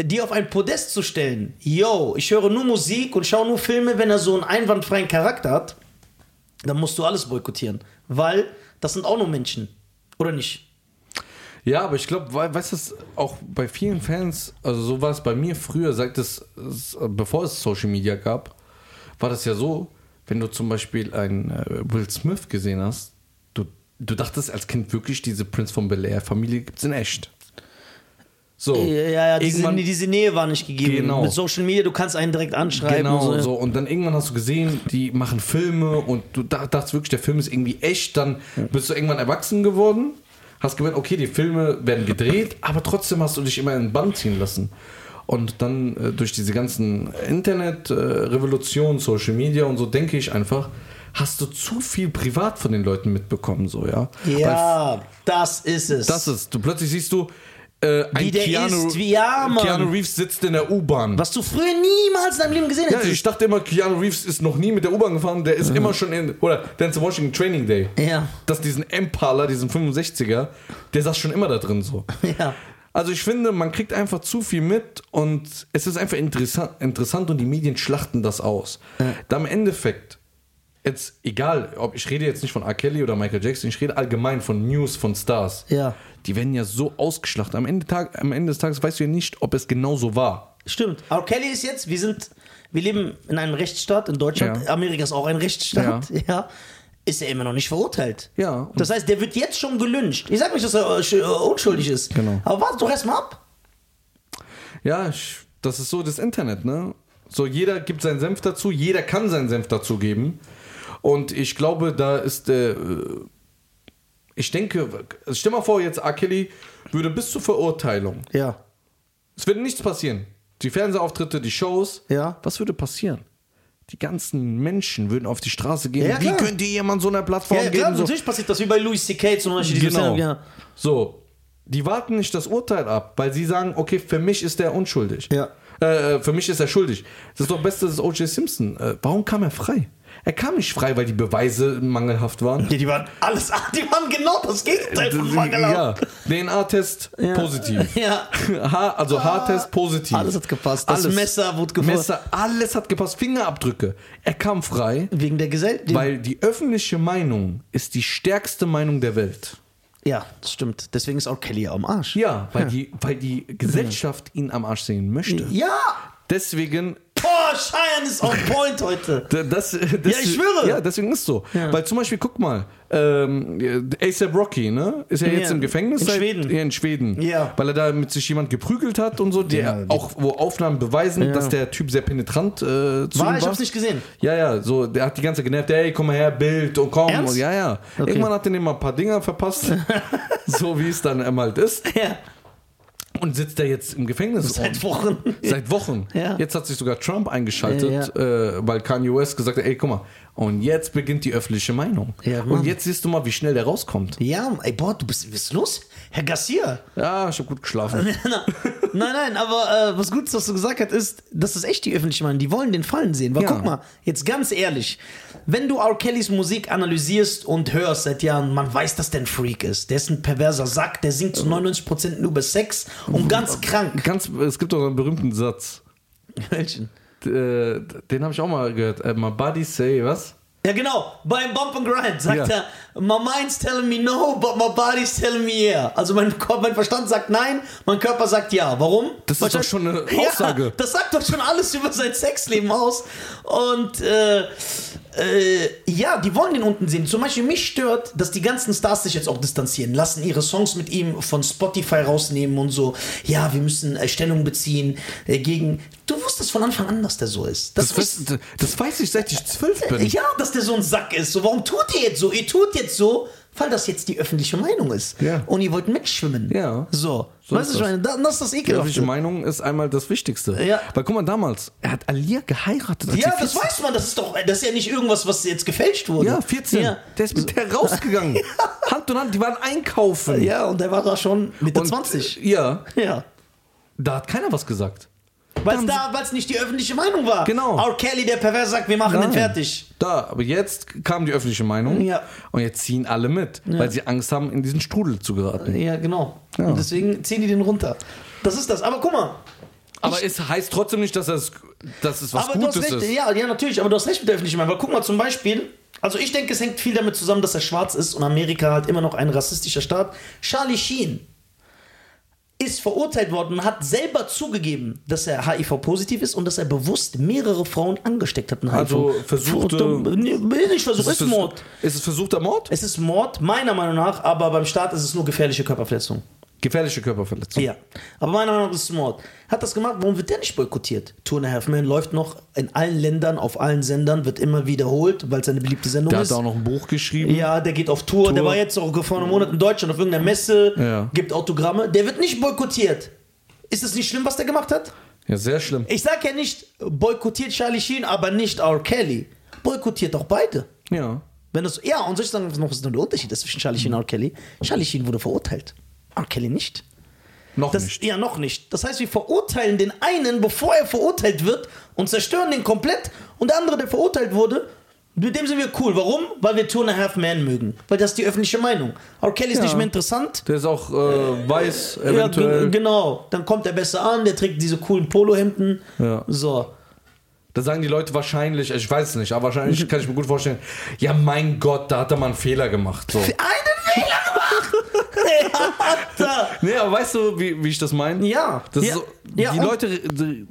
Speaker 1: die auf ein Podest zu stellen, yo, ich höre nur Musik und schaue nur Filme, wenn er so einen einwandfreien Charakter hat, dann musst du alles boykottieren. Weil das sind auch nur Menschen. Oder nicht?
Speaker 2: Ja, aber ich glaube, weißt du, auch bei vielen Fans, also so war es bei mir früher, seit es, es- bevor es Social Media gab, war das ja so, wenn du zum Beispiel einen äh, Will Smith gesehen hast, du, du dachtest als Kind wirklich, diese Prince von Bel Air Familie gibt es in echt. So.
Speaker 1: Ja, ja, diese,
Speaker 2: Irgendwann-
Speaker 1: diese Nähe war nicht gegeben.
Speaker 2: Genau.
Speaker 1: Mit Social Media, du kannst einen direkt anschreiben.
Speaker 2: Genau,
Speaker 1: so.
Speaker 2: so. Und dann irgendwann hast du gesehen, die machen Filme und du da- dachtest wirklich, der Film ist irgendwie echt. Dann bist du irgendwann erwachsen geworden, hast gemerkt, okay, die Filme werden gedreht, aber trotzdem hast du dich immer in den Bann ziehen lassen. Und dann äh, durch diese ganzen Internet-Revolution, Social Media und so, denke ich einfach, hast du zu viel privat von den Leuten mitbekommen, so, ja? Weil
Speaker 1: Ja, das ist es.
Speaker 2: das ist, du plötzlich siehst du, äh, ein
Speaker 1: Wie der
Speaker 2: Keanu,
Speaker 1: ist, wie- ja, Mann.
Speaker 2: Keanu Reeves sitzt in der U-Bahn.
Speaker 1: was du früher niemals in deinem Leben gesehen
Speaker 2: Ja,
Speaker 1: hättest.
Speaker 2: ich dachte immer, Keanu Reeves ist noch nie mit der U-Bahn gefahren, der ist immer schon in, oder Dance Washington Training Day.
Speaker 1: Mhm. Ja. <laughs>
Speaker 2: Dass diesen Impala, diesen 65er, der saß schon immer da drin so.
Speaker 1: <laughs> Ja.
Speaker 2: Also ich finde, man kriegt einfach zu viel mit und es ist einfach interessant, interessant und die Medien schlachten das aus. Da im Endeffekt, jetzt egal, ob ich rede jetzt nicht von R. Kelly oder Michael Jackson, ich rede allgemein von News, von Stars.
Speaker 1: Ja.
Speaker 2: Die werden ja so ausgeschlachtet. Am Ende, Tag, am Ende des Tages weißt du ja nicht, ob es genau so war.
Speaker 1: Stimmt. R. Kelly ist jetzt, wir sind, wir leben in einem Rechtsstaat in Deutschland.
Speaker 2: Ja.
Speaker 1: Amerika ist auch ein Rechtsstaat. Ja. Ist er immer noch nicht verurteilt.
Speaker 2: Ja.
Speaker 1: Das heißt, der wird jetzt schon gelünscht. Ich sag nicht, dass er äh, sch- äh, unschuldig ist.
Speaker 2: Genau.
Speaker 1: Aber warte doch erst mal ab.
Speaker 2: Ja, ich, das ist so das Internet, ne? So, jeder gibt seinen Senf dazu, jeder kann seinen Senf dazu geben. Und ich glaube, da ist. Äh, ich denke, also stell mal vor, jetzt R. Kelly würde bis zur Verurteilung.
Speaker 1: Ja.
Speaker 2: Es würde nichts passieren. Die Fernsehauftritte, die Shows.
Speaker 1: Ja.
Speaker 2: Was würde passieren? Die ganzen Menschen würden auf die Straße gehen.
Speaker 1: Ja,
Speaker 2: Wie
Speaker 1: klar.
Speaker 2: könnt ihr jemand so einer Plattform
Speaker 1: Ja,
Speaker 2: geben?
Speaker 1: klar,
Speaker 2: so,
Speaker 1: natürlich passiert das wie bei Louis C.K. zum Beispiel. die
Speaker 2: Genau.
Speaker 1: Luciana- Ja.
Speaker 2: So, die warten nicht das Urteil ab, weil sie sagen, okay, für mich ist der unschuldig.
Speaker 1: Ja.
Speaker 2: Äh, äh, für mich ist er schuldig. Das ist doch Beste, das ist O.J. Simpson. Äh, warum kam er frei? Er kam nicht frei, weil die Beweise mangelhaft waren.
Speaker 1: Ja, die waren alles, <laughs> die waren genau das Gegenteil von Mangelau.
Speaker 2: DNA-Test positiv.
Speaker 1: Ja. Ah,
Speaker 2: Ha also Haartest positiv.
Speaker 1: Alles hat gepasst. Das Messer wurde gefunden.
Speaker 2: Messer, alles hat gepasst. Fingerabdrücke. Er kam frei,
Speaker 1: Wegen der Gesellschaft.
Speaker 2: weil die öffentliche Meinung ist die stärkste Meinung der Welt.
Speaker 1: Ja, das stimmt. Deswegen ist auch Kelly am Arsch.
Speaker 2: Ja, weil, Die, weil die Gesellschaft ihn am Arsch sehen möchte.
Speaker 1: Ja!
Speaker 2: Deswegen.
Speaker 1: Boah, Cheyenne ist on point heute.
Speaker 2: d- Das, <laughs> das,
Speaker 1: ich schwöre.
Speaker 2: Ja, deswegen ist so. Weil zum Beispiel, guck mal, ähm, ASAP Rocky, ne? Ist ja jetzt
Speaker 1: Ja.
Speaker 2: im Gefängnis.
Speaker 1: In
Speaker 2: seit-
Speaker 1: Schweden.
Speaker 2: Ja, in Schweden.
Speaker 1: Ja.
Speaker 2: Weil er da mit sich jemand geprügelt hat und so, der auch, wo Aufnahmen beweisen, dass der Typ sehr penetrant äh, zu ihm
Speaker 1: War,
Speaker 2: war.
Speaker 1: ich hab's nicht gesehen.
Speaker 2: Ja, ja, so, der hat die ganze Zeit genervt, hey, komm mal her, Bild und komm.
Speaker 1: Ernst?
Speaker 2: Und, ja, ja. Irgendwann hat er ihm mal ein paar
Speaker 1: <laughs>
Speaker 2: Dinger verpasst, so wie es dann einmal halt ist.
Speaker 1: <laughs> Ja.
Speaker 2: Und sitzt er jetzt im Gefängnis.
Speaker 1: Seit
Speaker 2: Und-
Speaker 1: Wochen.
Speaker 2: Seit Wochen.
Speaker 1: Ja.
Speaker 2: Jetzt hat sich sogar Trump eingeschaltet,
Speaker 1: Ja,
Speaker 2: Äh, weil Kanye West gesagt hat, ey, guck mal, und jetzt beginnt die öffentliche Meinung.
Speaker 1: Ja, Mann.
Speaker 2: und jetzt siehst du mal, wie schnell der rauskommt.
Speaker 1: Ja, ey, boah, du bist, was ist los? Herr Garcia.
Speaker 2: Ja, ich hab gut geschlafen.
Speaker 1: <laughs> Na, nein, nein, aber äh, was Gutes, was du gesagt hast, ist, das ist echt die öffentliche Meinung. Die wollen den Fallen sehen. Weil
Speaker 2: Ja.
Speaker 1: guck mal, jetzt ganz ehrlich, wenn du R. Kellys Musik analysierst und hörst seit Jahren, man weiß, dass der ein Freak ist. Der ist ein perverser Sack, der singt zu 99% nur über Sex und ganz krank.
Speaker 2: Ganz, es gibt doch einen berühmten Satz.
Speaker 1: <laughs> Welchen?
Speaker 2: Äh, Den habe ich auch mal gehört. Äh, My body say, was?
Speaker 1: Ja, genau. Beim Bump and Grind sagt
Speaker 2: Ja.
Speaker 1: er, my mind's telling me no, but my body's telling me yeah. Also mein, Kopf, mein Verstand sagt nein, mein Körper sagt ja. Warum?
Speaker 2: Das ist
Speaker 1: Wahrscheinlich-
Speaker 2: doch schon eine Aussage.
Speaker 1: <laughs> Ja, das sagt doch schon alles über sein Sexleben aus. Und äh, äh, ja, die wollen den unten sehen. Zum Beispiel mich stört, dass die ganzen Stars sich jetzt auch distanzieren lassen, ihre Songs mit ihm von Spotify rausnehmen und so. Ja, wir müssen äh, Stellung beziehen äh, gegen... Du wusstest von Anfang an, dass der so ist.
Speaker 2: Das, weiß, das weiß ich, seit ich zwölf bin.
Speaker 1: Ja, dass der so ein Sack ist. So, warum tut ihr jetzt so? Ihr tut jetzt so, weil das jetzt die öffentliche Meinung ist.
Speaker 2: Ja.
Speaker 1: Und ihr wollt mitschwimmen.
Speaker 2: Ja.
Speaker 1: So.
Speaker 2: So
Speaker 1: weißt du,
Speaker 2: ist
Speaker 1: ich
Speaker 2: das.
Speaker 1: meine, da- das ist das
Speaker 2: Die öffentliche
Speaker 1: Ekelhafte.
Speaker 2: Meinung ist einmal das Wichtigste.
Speaker 1: Ja.
Speaker 2: Weil guck mal, damals, er hat Alia geheiratet. als
Speaker 1: Ja,
Speaker 2: sie
Speaker 1: das
Speaker 2: 14
Speaker 1: weiß man. Das ist doch, das ist ja nicht irgendwas, was jetzt gefälscht wurde.
Speaker 2: Ja, 14.
Speaker 1: Ja,
Speaker 2: Der ist mit
Speaker 1: <laughs>
Speaker 2: der rausgegangen. Hand in Hand, die waren einkaufen.
Speaker 1: ja und der war da schon Mitte
Speaker 2: Und,
Speaker 1: 20.
Speaker 2: äh, Ja,
Speaker 1: Ja.
Speaker 2: da hat keiner was gesagt.
Speaker 1: Weil es
Speaker 2: haben
Speaker 1: da, weil's nicht die öffentliche Meinung war.
Speaker 2: Genau.
Speaker 1: R. Kelly, der Pervers, sagt, wir machen den
Speaker 2: Nein.
Speaker 1: fertig.
Speaker 2: Da, aber jetzt kam die öffentliche Meinung
Speaker 1: Ja.
Speaker 2: und jetzt ziehen alle mit, weil sie Angst haben, in diesen Strudel zu geraten.
Speaker 1: Ja, genau.
Speaker 2: Ja.
Speaker 1: Und deswegen ziehen die den runter. Das ist das. Aber guck mal,
Speaker 2: Aber es heißt trotzdem nicht, dass es, dass es was
Speaker 1: aber
Speaker 2: Gutes
Speaker 1: du hast recht,
Speaker 2: ist.
Speaker 1: Ja, ja, natürlich, aber du hast recht mit der öffentlichen Meinung. Weil guck mal zum Beispiel, also ich denke, es hängt viel damit zusammen, dass er schwarz ist und Amerika halt immer noch ein rassistischer Staat. Charlie Sheen ist verurteilt worden und hat selber zugegeben, dass er HIV-positiv ist und dass er bewusst mehrere Frauen angesteckt hat. mit
Speaker 2: Also
Speaker 1: HIV.
Speaker 2: versuchte- Also
Speaker 1: Nee, nicht versucht, ist,
Speaker 2: es vers-
Speaker 1: Mord.
Speaker 2: Ist es versuchter Mord?
Speaker 1: Es ist Mord, meiner Meinung nach, aber beim Staat ist es nur gefährliche Körperverletzung.
Speaker 2: Gefährliche Körperverletzung.
Speaker 1: Ja, aber meiner Meinung nach ist es Mord. Hat das gemacht, warum wird der nicht boykottiert? Two and a Half Men läuft noch in allen Ländern, auf allen Sendern, wird immer wiederholt, weil es eine beliebte Sendung
Speaker 2: Der
Speaker 1: ist.
Speaker 2: hat auch noch ein Buch geschrieben.
Speaker 1: ja, der geht auf Tour. der war jetzt auch vor einem Monat in Deutschland auf irgendeiner Messe,
Speaker 2: Ja.
Speaker 1: gibt Autogramme. Der wird nicht boykottiert. Ist das nicht schlimm, was der gemacht hat?
Speaker 2: Ja, sehr schlimm.
Speaker 1: Ich sage ja nicht, boykottiert Charlie Sheen, aber nicht R. Kelly. Boykottiert auch beide.
Speaker 2: Ja.
Speaker 1: Wenn das, ja, und soll ich sagen, was noch der Unterschied ist zwischen Charlie Sheen und R. Kelly? Charlie Sheen wurde verurteilt. R. Kelly nicht.
Speaker 2: Noch
Speaker 1: Das,
Speaker 2: nicht.
Speaker 1: Ja, noch nicht. Das heißt, wir verurteilen den einen, bevor er verurteilt wird und zerstören den komplett. Und der andere, der verurteilt wurde, mit dem sind wir cool. Warum? Weil wir Two and a Half Man mögen. Weil das ist die öffentliche Meinung. R. Kelly ist
Speaker 2: Ja.
Speaker 1: nicht mehr interessant.
Speaker 2: Der ist auch äh, weiß,
Speaker 1: Ja,
Speaker 2: eventuell.
Speaker 1: gen- genau. Dann kommt er besser an, der trägt diese coolen Polohemden.
Speaker 2: Ja.
Speaker 1: So. <laughs>
Speaker 2: Da sagen die Leute wahrscheinlich, also ich weiß es nicht, aber
Speaker 1: Mhm.
Speaker 2: wahrscheinlich kann ich mir gut vorstellen, ja mein Gott, da hat er mal einen Fehler gemacht.
Speaker 1: <laughs>
Speaker 2: So.
Speaker 1: Hey, Alter.
Speaker 2: Nee, aber weißt du, wie, wie ich das meine?
Speaker 1: Ja.
Speaker 2: Das
Speaker 1: Ja.
Speaker 2: Ist so,
Speaker 1: Ja,
Speaker 2: die
Speaker 1: und-
Speaker 2: Leute, die,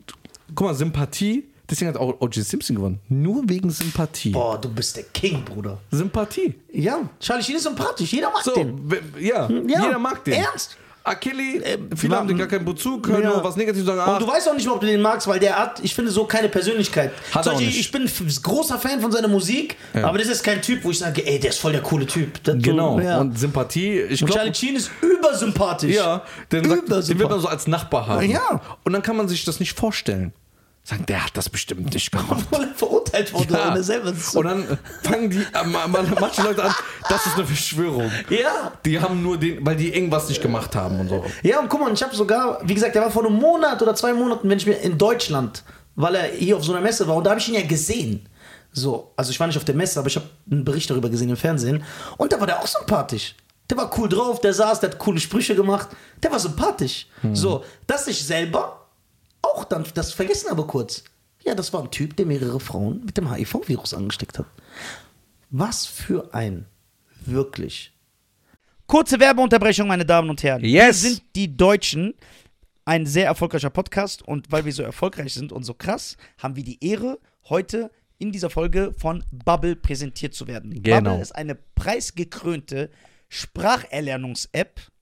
Speaker 2: guck mal, Sympathie, deswegen hat auch O.J. Simpson gewonnen. Nur wegen Sympathie.
Speaker 1: Boah, du bist der King, Bruder.
Speaker 2: Sympathie.
Speaker 1: Ja, Charlie Sheen ist sympathisch. Jeder mag
Speaker 2: So,
Speaker 1: den.
Speaker 2: we- ja,
Speaker 1: Hm, ja.
Speaker 2: jeder mag den.
Speaker 1: Ernst?
Speaker 2: Achilles, viele
Speaker 1: man-
Speaker 2: haben den gar keinen Bezug, können
Speaker 1: Ja.
Speaker 2: nur was Negatives sagen. ah,
Speaker 1: Und du
Speaker 2: Ach,
Speaker 1: weißt auch nicht, ob du den magst, weil der hat, ich finde, so keine Persönlichkeit.
Speaker 2: Hat
Speaker 1: Zum
Speaker 2: er auch
Speaker 1: Beispiel,
Speaker 2: nicht.
Speaker 1: Ich bin f- großer Fan von seiner Musik, aber das ist kein Typ, wo ich sage, ey, der ist voll der coole Typ. Das
Speaker 2: genau.
Speaker 1: So, ja. Und
Speaker 2: Und Sympathie, ich
Speaker 1: Charlie
Speaker 2: glaube,
Speaker 1: Sheen ist übersympathisch.
Speaker 2: ja, den, sagt,
Speaker 1: Übersympathisch.
Speaker 2: den wird man so als Nachbar haben.
Speaker 1: Ja.
Speaker 2: Und dann kann man sich das nicht vorstellen. Sagen, der hat das bestimmt nicht gemacht.
Speaker 1: <laughs> Obwohl er verurteilt wurde.
Speaker 2: Ja.
Speaker 1: Und er selber ist so-
Speaker 2: Und dann fangen die äh, ma- ma- manche Leute an, das ist eine Verschwörung.
Speaker 1: ja.
Speaker 2: Die haben nur den, weil die irgendwas nicht gemacht haben und so.
Speaker 1: Ja, und guck mal, ich habe sogar, wie gesagt, der war vor einem Monat oder zwei Monaten, wenn ich mir in Deutschland, weil er hier auf so einer Messe war, und da habe ich ihn ja gesehen. So, also ich war nicht auf der Messe, aber ich habe einen Bericht darüber gesehen im Fernsehen. Und da war der auch sympathisch. Der war cool drauf, der saß, der hat coole Sprüche gemacht. Der war sympathisch. So, dass ich selber auch dann, das vergessen aber kurz. Ja, das war ein Typ, der mehrere Frauen mit dem HIV-Virus angesteckt hat. Was für ein wirklich
Speaker 4: Kurze Werbeunterbrechung, meine Damen und Herren.
Speaker 3: Yes.
Speaker 4: Wir sind die Deutschen. Ein sehr erfolgreicher Podcast und weil wir so erfolgreich sind und so krass, haben wir die Ehre, heute in dieser Folge von Bubble präsentiert zu werden.
Speaker 3: Genau.
Speaker 4: Bubble ist eine preisgekrönte Spracherlernungs-App,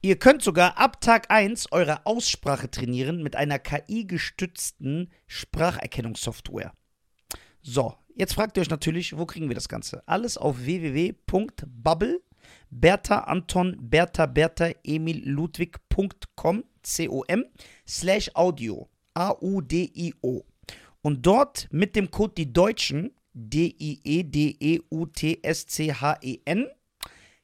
Speaker 4: Ihr könnt sogar ab Tag 1 eure Aussprache trainieren mit einer KI-gestützten Spracherkennungssoftware. So, jetzt fragt ihr euch natürlich, wo kriegen wir das Ganze? Alles auf www.bubble, Bertha Anton, Bertha Bertha Emil Ludwig.com, C-O-M, slash Audio, A-U-D-I-O. Und dort mit dem Code die Deutschen, E D-I-E-D-E-U-T-S-C-H-E-N,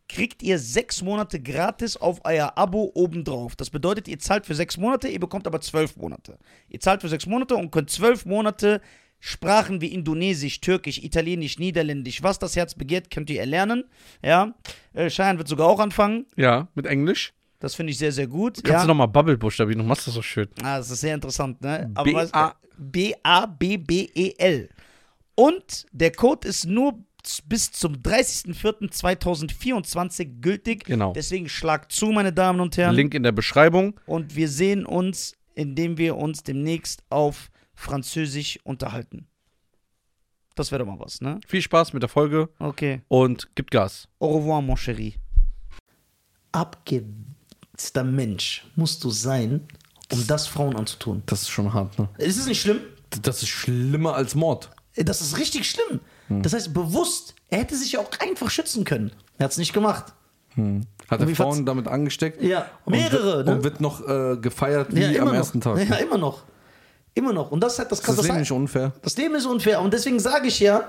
Speaker 4: kriegt ihr sechs Monate gratis auf euer Abo obendrauf. Das bedeutet, ihr zahlt für sechs Monate, ihr bekommt aber zwölf Monate. Ihr zahlt für sechs Monate und könnt zwölf Monate Sprachen wie Indonesisch, Türkisch, Italienisch, Niederländisch, was das Herz begehrt, könnt ihr erlernen. Ja, äh, Cheyenne wird sogar auch anfangen.
Speaker 3: Ja, mit Englisch.
Speaker 4: Das finde ich sehr, sehr gut.
Speaker 3: Kannst
Speaker 4: ja.
Speaker 3: du nochmal Bubble buchstabieren, du machst das so schön.
Speaker 4: Ah, das ist sehr interessant, ne?
Speaker 3: B-
Speaker 4: weißt du,
Speaker 3: A-
Speaker 4: B-A-B-B-E-L. E Und der Code ist nur z- bis zum 30.04.2024 gültig.
Speaker 3: Genau.
Speaker 4: Deswegen schlag zu, meine Damen und Herren.
Speaker 3: Link in der Beschreibung.
Speaker 4: Und wir sehen uns, indem wir uns demnächst auf Französisch unterhalten. Das wäre doch mal was, ne?
Speaker 3: Viel Spaß mit der Folge
Speaker 4: Okay.
Speaker 3: und gibt Gas.
Speaker 4: Au revoir, mon chéri.
Speaker 1: abgewitzter Mensch musst du sein, um das Frauen anzutun.
Speaker 2: Das ist schon hart, ne?
Speaker 1: Ist es nicht schlimm?
Speaker 2: Das ist schlimmer als Mord.
Speaker 1: Das ist richtig schlimm.
Speaker 2: Hm.
Speaker 1: Das heißt, bewusst, er hätte sich ja auch einfach schützen können. Er hat es nicht gemacht.
Speaker 2: Hat er
Speaker 1: Wie
Speaker 2: Frauen
Speaker 1: fand's-
Speaker 2: damit angesteckt?
Speaker 1: Ja,
Speaker 2: Und wird-
Speaker 1: mehrere, ne?
Speaker 2: Und wird noch äh, gefeiert wie
Speaker 1: ja,
Speaker 2: am
Speaker 1: noch.
Speaker 2: ersten Tag.
Speaker 1: Ja, immer noch. Immer noch. Und das ist halt das
Speaker 2: Das
Speaker 1: krasse
Speaker 2: ist nämlich unfair.
Speaker 1: Das Leben ist unfair. Und deswegen sage ich ja,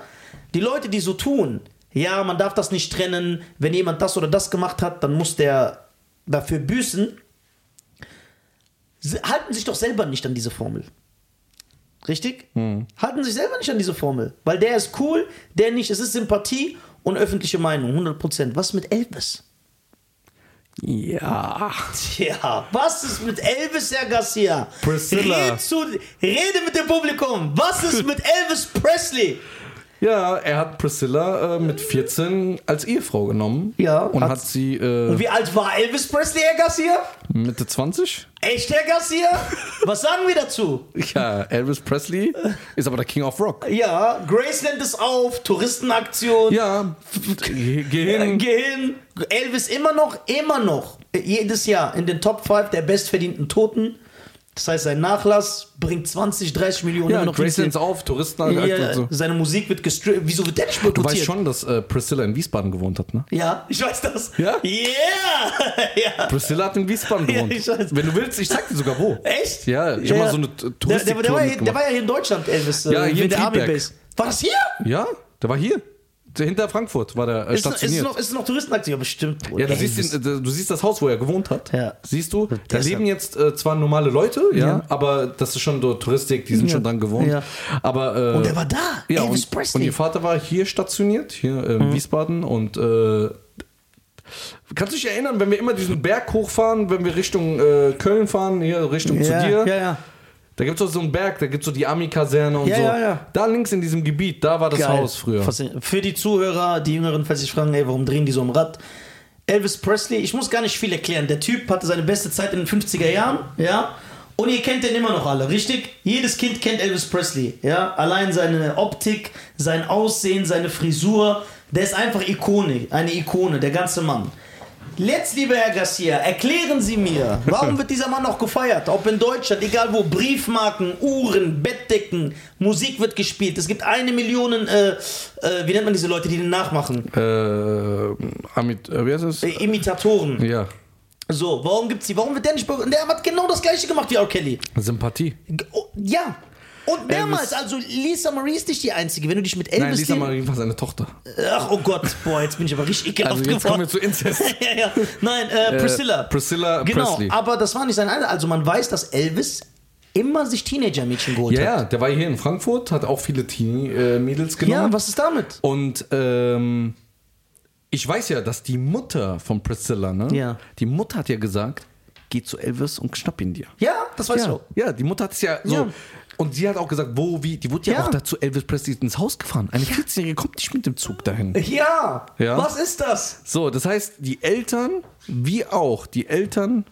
Speaker 1: die Leute, die so tun, ja, man darf das nicht trennen. Wenn jemand das oder das gemacht hat, dann muss der dafür büßen. Sie halten sich doch selber nicht an diese Formel. Richtig? Halten sich selber nicht an diese Formel. Weil der ist cool, der nicht. Es ist Sympathie und öffentliche Meinung. 100%. Was mit Elvis?
Speaker 2: Ja.
Speaker 1: Tja, was ist mit Elvis Herr Garcia?
Speaker 2: Priscilla.
Speaker 1: Red, zu, rede mit dem Publikum. Was ist mit Elvis Presley?
Speaker 2: Ja, er hat Priscilla äh, mit 14 als Ehefrau genommen.
Speaker 1: Ja,
Speaker 2: Und
Speaker 1: hat-
Speaker 2: hat sie äh,
Speaker 1: Wie alt war Elvis Presley Herr Garcia?
Speaker 2: Mitte 20?
Speaker 1: Echt Herr Garcia? Was sagen wir dazu?
Speaker 2: Ja, Elvis Presley ist aber der King of Rock.
Speaker 1: Ja, Graceland ist auf, Touristenaktion.
Speaker 2: Ja, geh geh
Speaker 1: Äh,
Speaker 2: hin.
Speaker 1: Geh hin. Elvis immer noch, immer noch, äh, jedes Jahr in den Top 5 der bestverdienten Toten. Das heißt, sein Nachlass bringt 20, 30 Millionen
Speaker 2: Ja,
Speaker 1: immer noch
Speaker 2: Grace
Speaker 1: ins-
Speaker 2: Dance auf, Touristen halt
Speaker 1: ja,
Speaker 2: und so.
Speaker 1: Seine Musik wird gestreamt. Wieso wird der nicht
Speaker 2: Du weißt
Speaker 1: boykottiert?
Speaker 2: schon, dass äh, Priscilla in Wiesbaden gewohnt hat, ne?
Speaker 1: Ja, ich weiß das.
Speaker 2: Ja?
Speaker 1: Yeah! ja. <laughs>
Speaker 2: Priscilla hat in Wiesbaden
Speaker 1: Ja,
Speaker 2: gewohnt.
Speaker 1: ich weiß.
Speaker 2: Wenn du willst, ich zeig dir sogar wo.
Speaker 1: Echt?
Speaker 2: Ja, ich hab mal so eine
Speaker 1: der,
Speaker 2: T-
Speaker 1: der, der,
Speaker 2: Touristiktour
Speaker 1: war, hier- der
Speaker 2: mitgemacht.
Speaker 1: war ja hier in Deutschland, Elvis.
Speaker 2: Ja,
Speaker 1: äh,
Speaker 2: hier in
Speaker 1: der Army
Speaker 2: Friedberg.
Speaker 1: Base. War das hier?
Speaker 2: Ja, der war hier. Der hinter Frankfurt war der äh,
Speaker 1: Ist, noch- ist,
Speaker 2: stationiert.
Speaker 1: noch, ist noch Touristenaktion? Ja, bestimmt.
Speaker 2: ja,
Speaker 1: Bruder.
Speaker 2: du siehst, den, äh, du siehst das Haus, wo er gewohnt hat.
Speaker 1: Ja.
Speaker 2: Siehst du, da
Speaker 1: Deshalb.
Speaker 2: leben jetzt äh, zwar normale Leute, ja, aber das ist schon so Touristik, die sind schon dran gewohnt.
Speaker 1: Ja.
Speaker 2: Aber, äh,
Speaker 1: Und er war da,
Speaker 2: ja,
Speaker 1: Elvis
Speaker 2: und,
Speaker 1: Presley. Mhm.
Speaker 2: Und ihr Vater war hier stationiert, hier äh, in Wiesbaden und äh, Kannst du dich erinnern, wenn wir immer diesen Berg hochfahren, wenn wir Richtung äh, Köln fahren, hier Richtung
Speaker 1: ja,
Speaker 2: äh, zu dir?
Speaker 1: Ja, ja.
Speaker 2: Da gibt es auch so einen Berg, da gibt es so die Army-Kaserne und
Speaker 1: Ja,
Speaker 2: so.
Speaker 1: ja, ja.
Speaker 2: Da links in diesem Gebiet, da war das
Speaker 1: Geil.
Speaker 2: Haus früher.
Speaker 1: Faszinierend. Für die Zuhörer, die Jüngeren, falls sich fragen, ey, warum drehen die so am Rad? Elvis Presley, ich muss gar nicht viel erklären. Der Typ hatte seine beste Zeit in den 50er Jahren, ja. Und ihr kennt den immer noch alle, richtig? Jedes Kind kennt Elvis Presley, ja. Allein seine Optik, sein Aussehen, seine Frisur, der ist einfach Ikone, eine Ikone, der ganze Mann. Letzt, lieber Herr Garcia, erklären Sie mir,
Speaker 2: <laughs>
Speaker 1: warum wird dieser Mann noch gefeiert? Ob in Deutschland, egal wo, Briefmarken, Uhren, Bettdecken, Musik wird gespielt. Es gibt eine Million, äh, äh, wie nennt man diese Leute, die den nachmachen?
Speaker 2: Äh, Amit, äh, wie heißt das?
Speaker 1: Äh, Imitatoren.
Speaker 2: Ja.
Speaker 1: So, warum gibt's die? Warum wird der nicht be- Der hat genau das gleiche gemacht wie R. Kelly.
Speaker 2: Sympathie.
Speaker 1: G- oh, Ja. Und mehrmals, also Lisa Marie ist nicht die Einzige. Wenn du dich mit Elvis...
Speaker 2: Nein, Lisa
Speaker 1: den-
Speaker 2: Marie war seine Tochter.
Speaker 1: Ach, oh Gott, boah, jetzt bin ich aber richtig ekelhaft
Speaker 2: Also jetzt kommen
Speaker 1: geworden.
Speaker 2: wir
Speaker 1: <laughs>
Speaker 2: zu Inzest.
Speaker 1: ja, ja. Nein, äh, Priscilla.
Speaker 2: Äh, Priscilla
Speaker 1: Genau,
Speaker 2: Presley.
Speaker 1: aber das war nicht sein Alter. Also man weiß, dass Elvis immer sich Teenager-Mädchen geholt
Speaker 2: Ja,
Speaker 1: hat.
Speaker 2: ja, der war hier in Frankfurt, hat auch viele Teenie-Mädels genommen.
Speaker 1: Ja, was ist damit?
Speaker 2: Und ähm, ich weiß ja, dass die Mutter von Priscilla, ne?
Speaker 1: Ja.
Speaker 2: Die Mutter hat ja gesagt, geh zu Elvis und schnapp ihn dir.
Speaker 1: Ja, das weiß
Speaker 2: Ja,
Speaker 1: du.
Speaker 2: ja, die Mutter hat es ja so.
Speaker 1: Ja.
Speaker 2: Und sie hat auch gesagt, wo, wie. Die wurde ja,
Speaker 1: Ja.
Speaker 2: auch dazu Elvis Presley ins Haus gefahren. Eine 14-Jährige kommt nicht mit dem Zug dahin.
Speaker 1: Ja.
Speaker 2: Ja.
Speaker 1: was ist das?
Speaker 2: So, das heißt, die Eltern, wie auch die Eltern,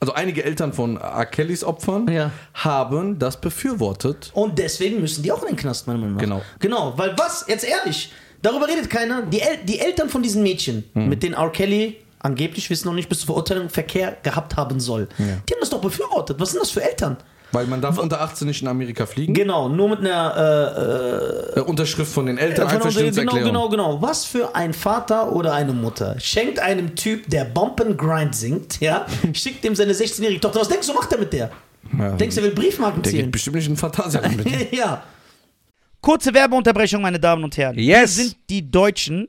Speaker 2: also einige Eltern von R. Kellys Opfern,
Speaker 1: Ja.
Speaker 2: haben das befürwortet.
Speaker 1: Und deswegen müssen die auch in den Knast, meiner Meinung nach.
Speaker 2: Genau.
Speaker 1: Genau, weil was, jetzt ehrlich, darüber redet keiner. Die, El die Eltern von diesen Mädchen,
Speaker 2: Hm.
Speaker 1: mit denen R. Kelly angeblich, wissen noch nicht, bis zur Verurteilung Verkehr gehabt haben soll, die haben das doch befürwortet. Was sind das für Eltern?
Speaker 2: Weil man darf unter 18 nicht in Amerika fliegen.
Speaker 1: Genau, nur mit einer äh, äh,
Speaker 2: Äh, Unterschrift von den Eltern,
Speaker 1: Von uns- genau,
Speaker 2: Einverständniserklärung.
Speaker 1: genau, genau. Was für ein Vater oder eine Mutter schenkt einem Typ, der Bump and Grind singt,
Speaker 2: <laughs>
Speaker 1: ja, schickt ihm seine 16-jährige Tochter. Was denkst du, macht er mit der?
Speaker 2: Ja,
Speaker 1: genau. Denkst du, er will Briefmarken
Speaker 2: der geht
Speaker 1: ziehen?
Speaker 2: bestimmt nicht in Fantasia mit.
Speaker 1: <laughs> ja.
Speaker 4: Kurze Werbeunterbrechung, meine Damen und Herren.
Speaker 3: Yes.
Speaker 4: Wir sind die Deutschen.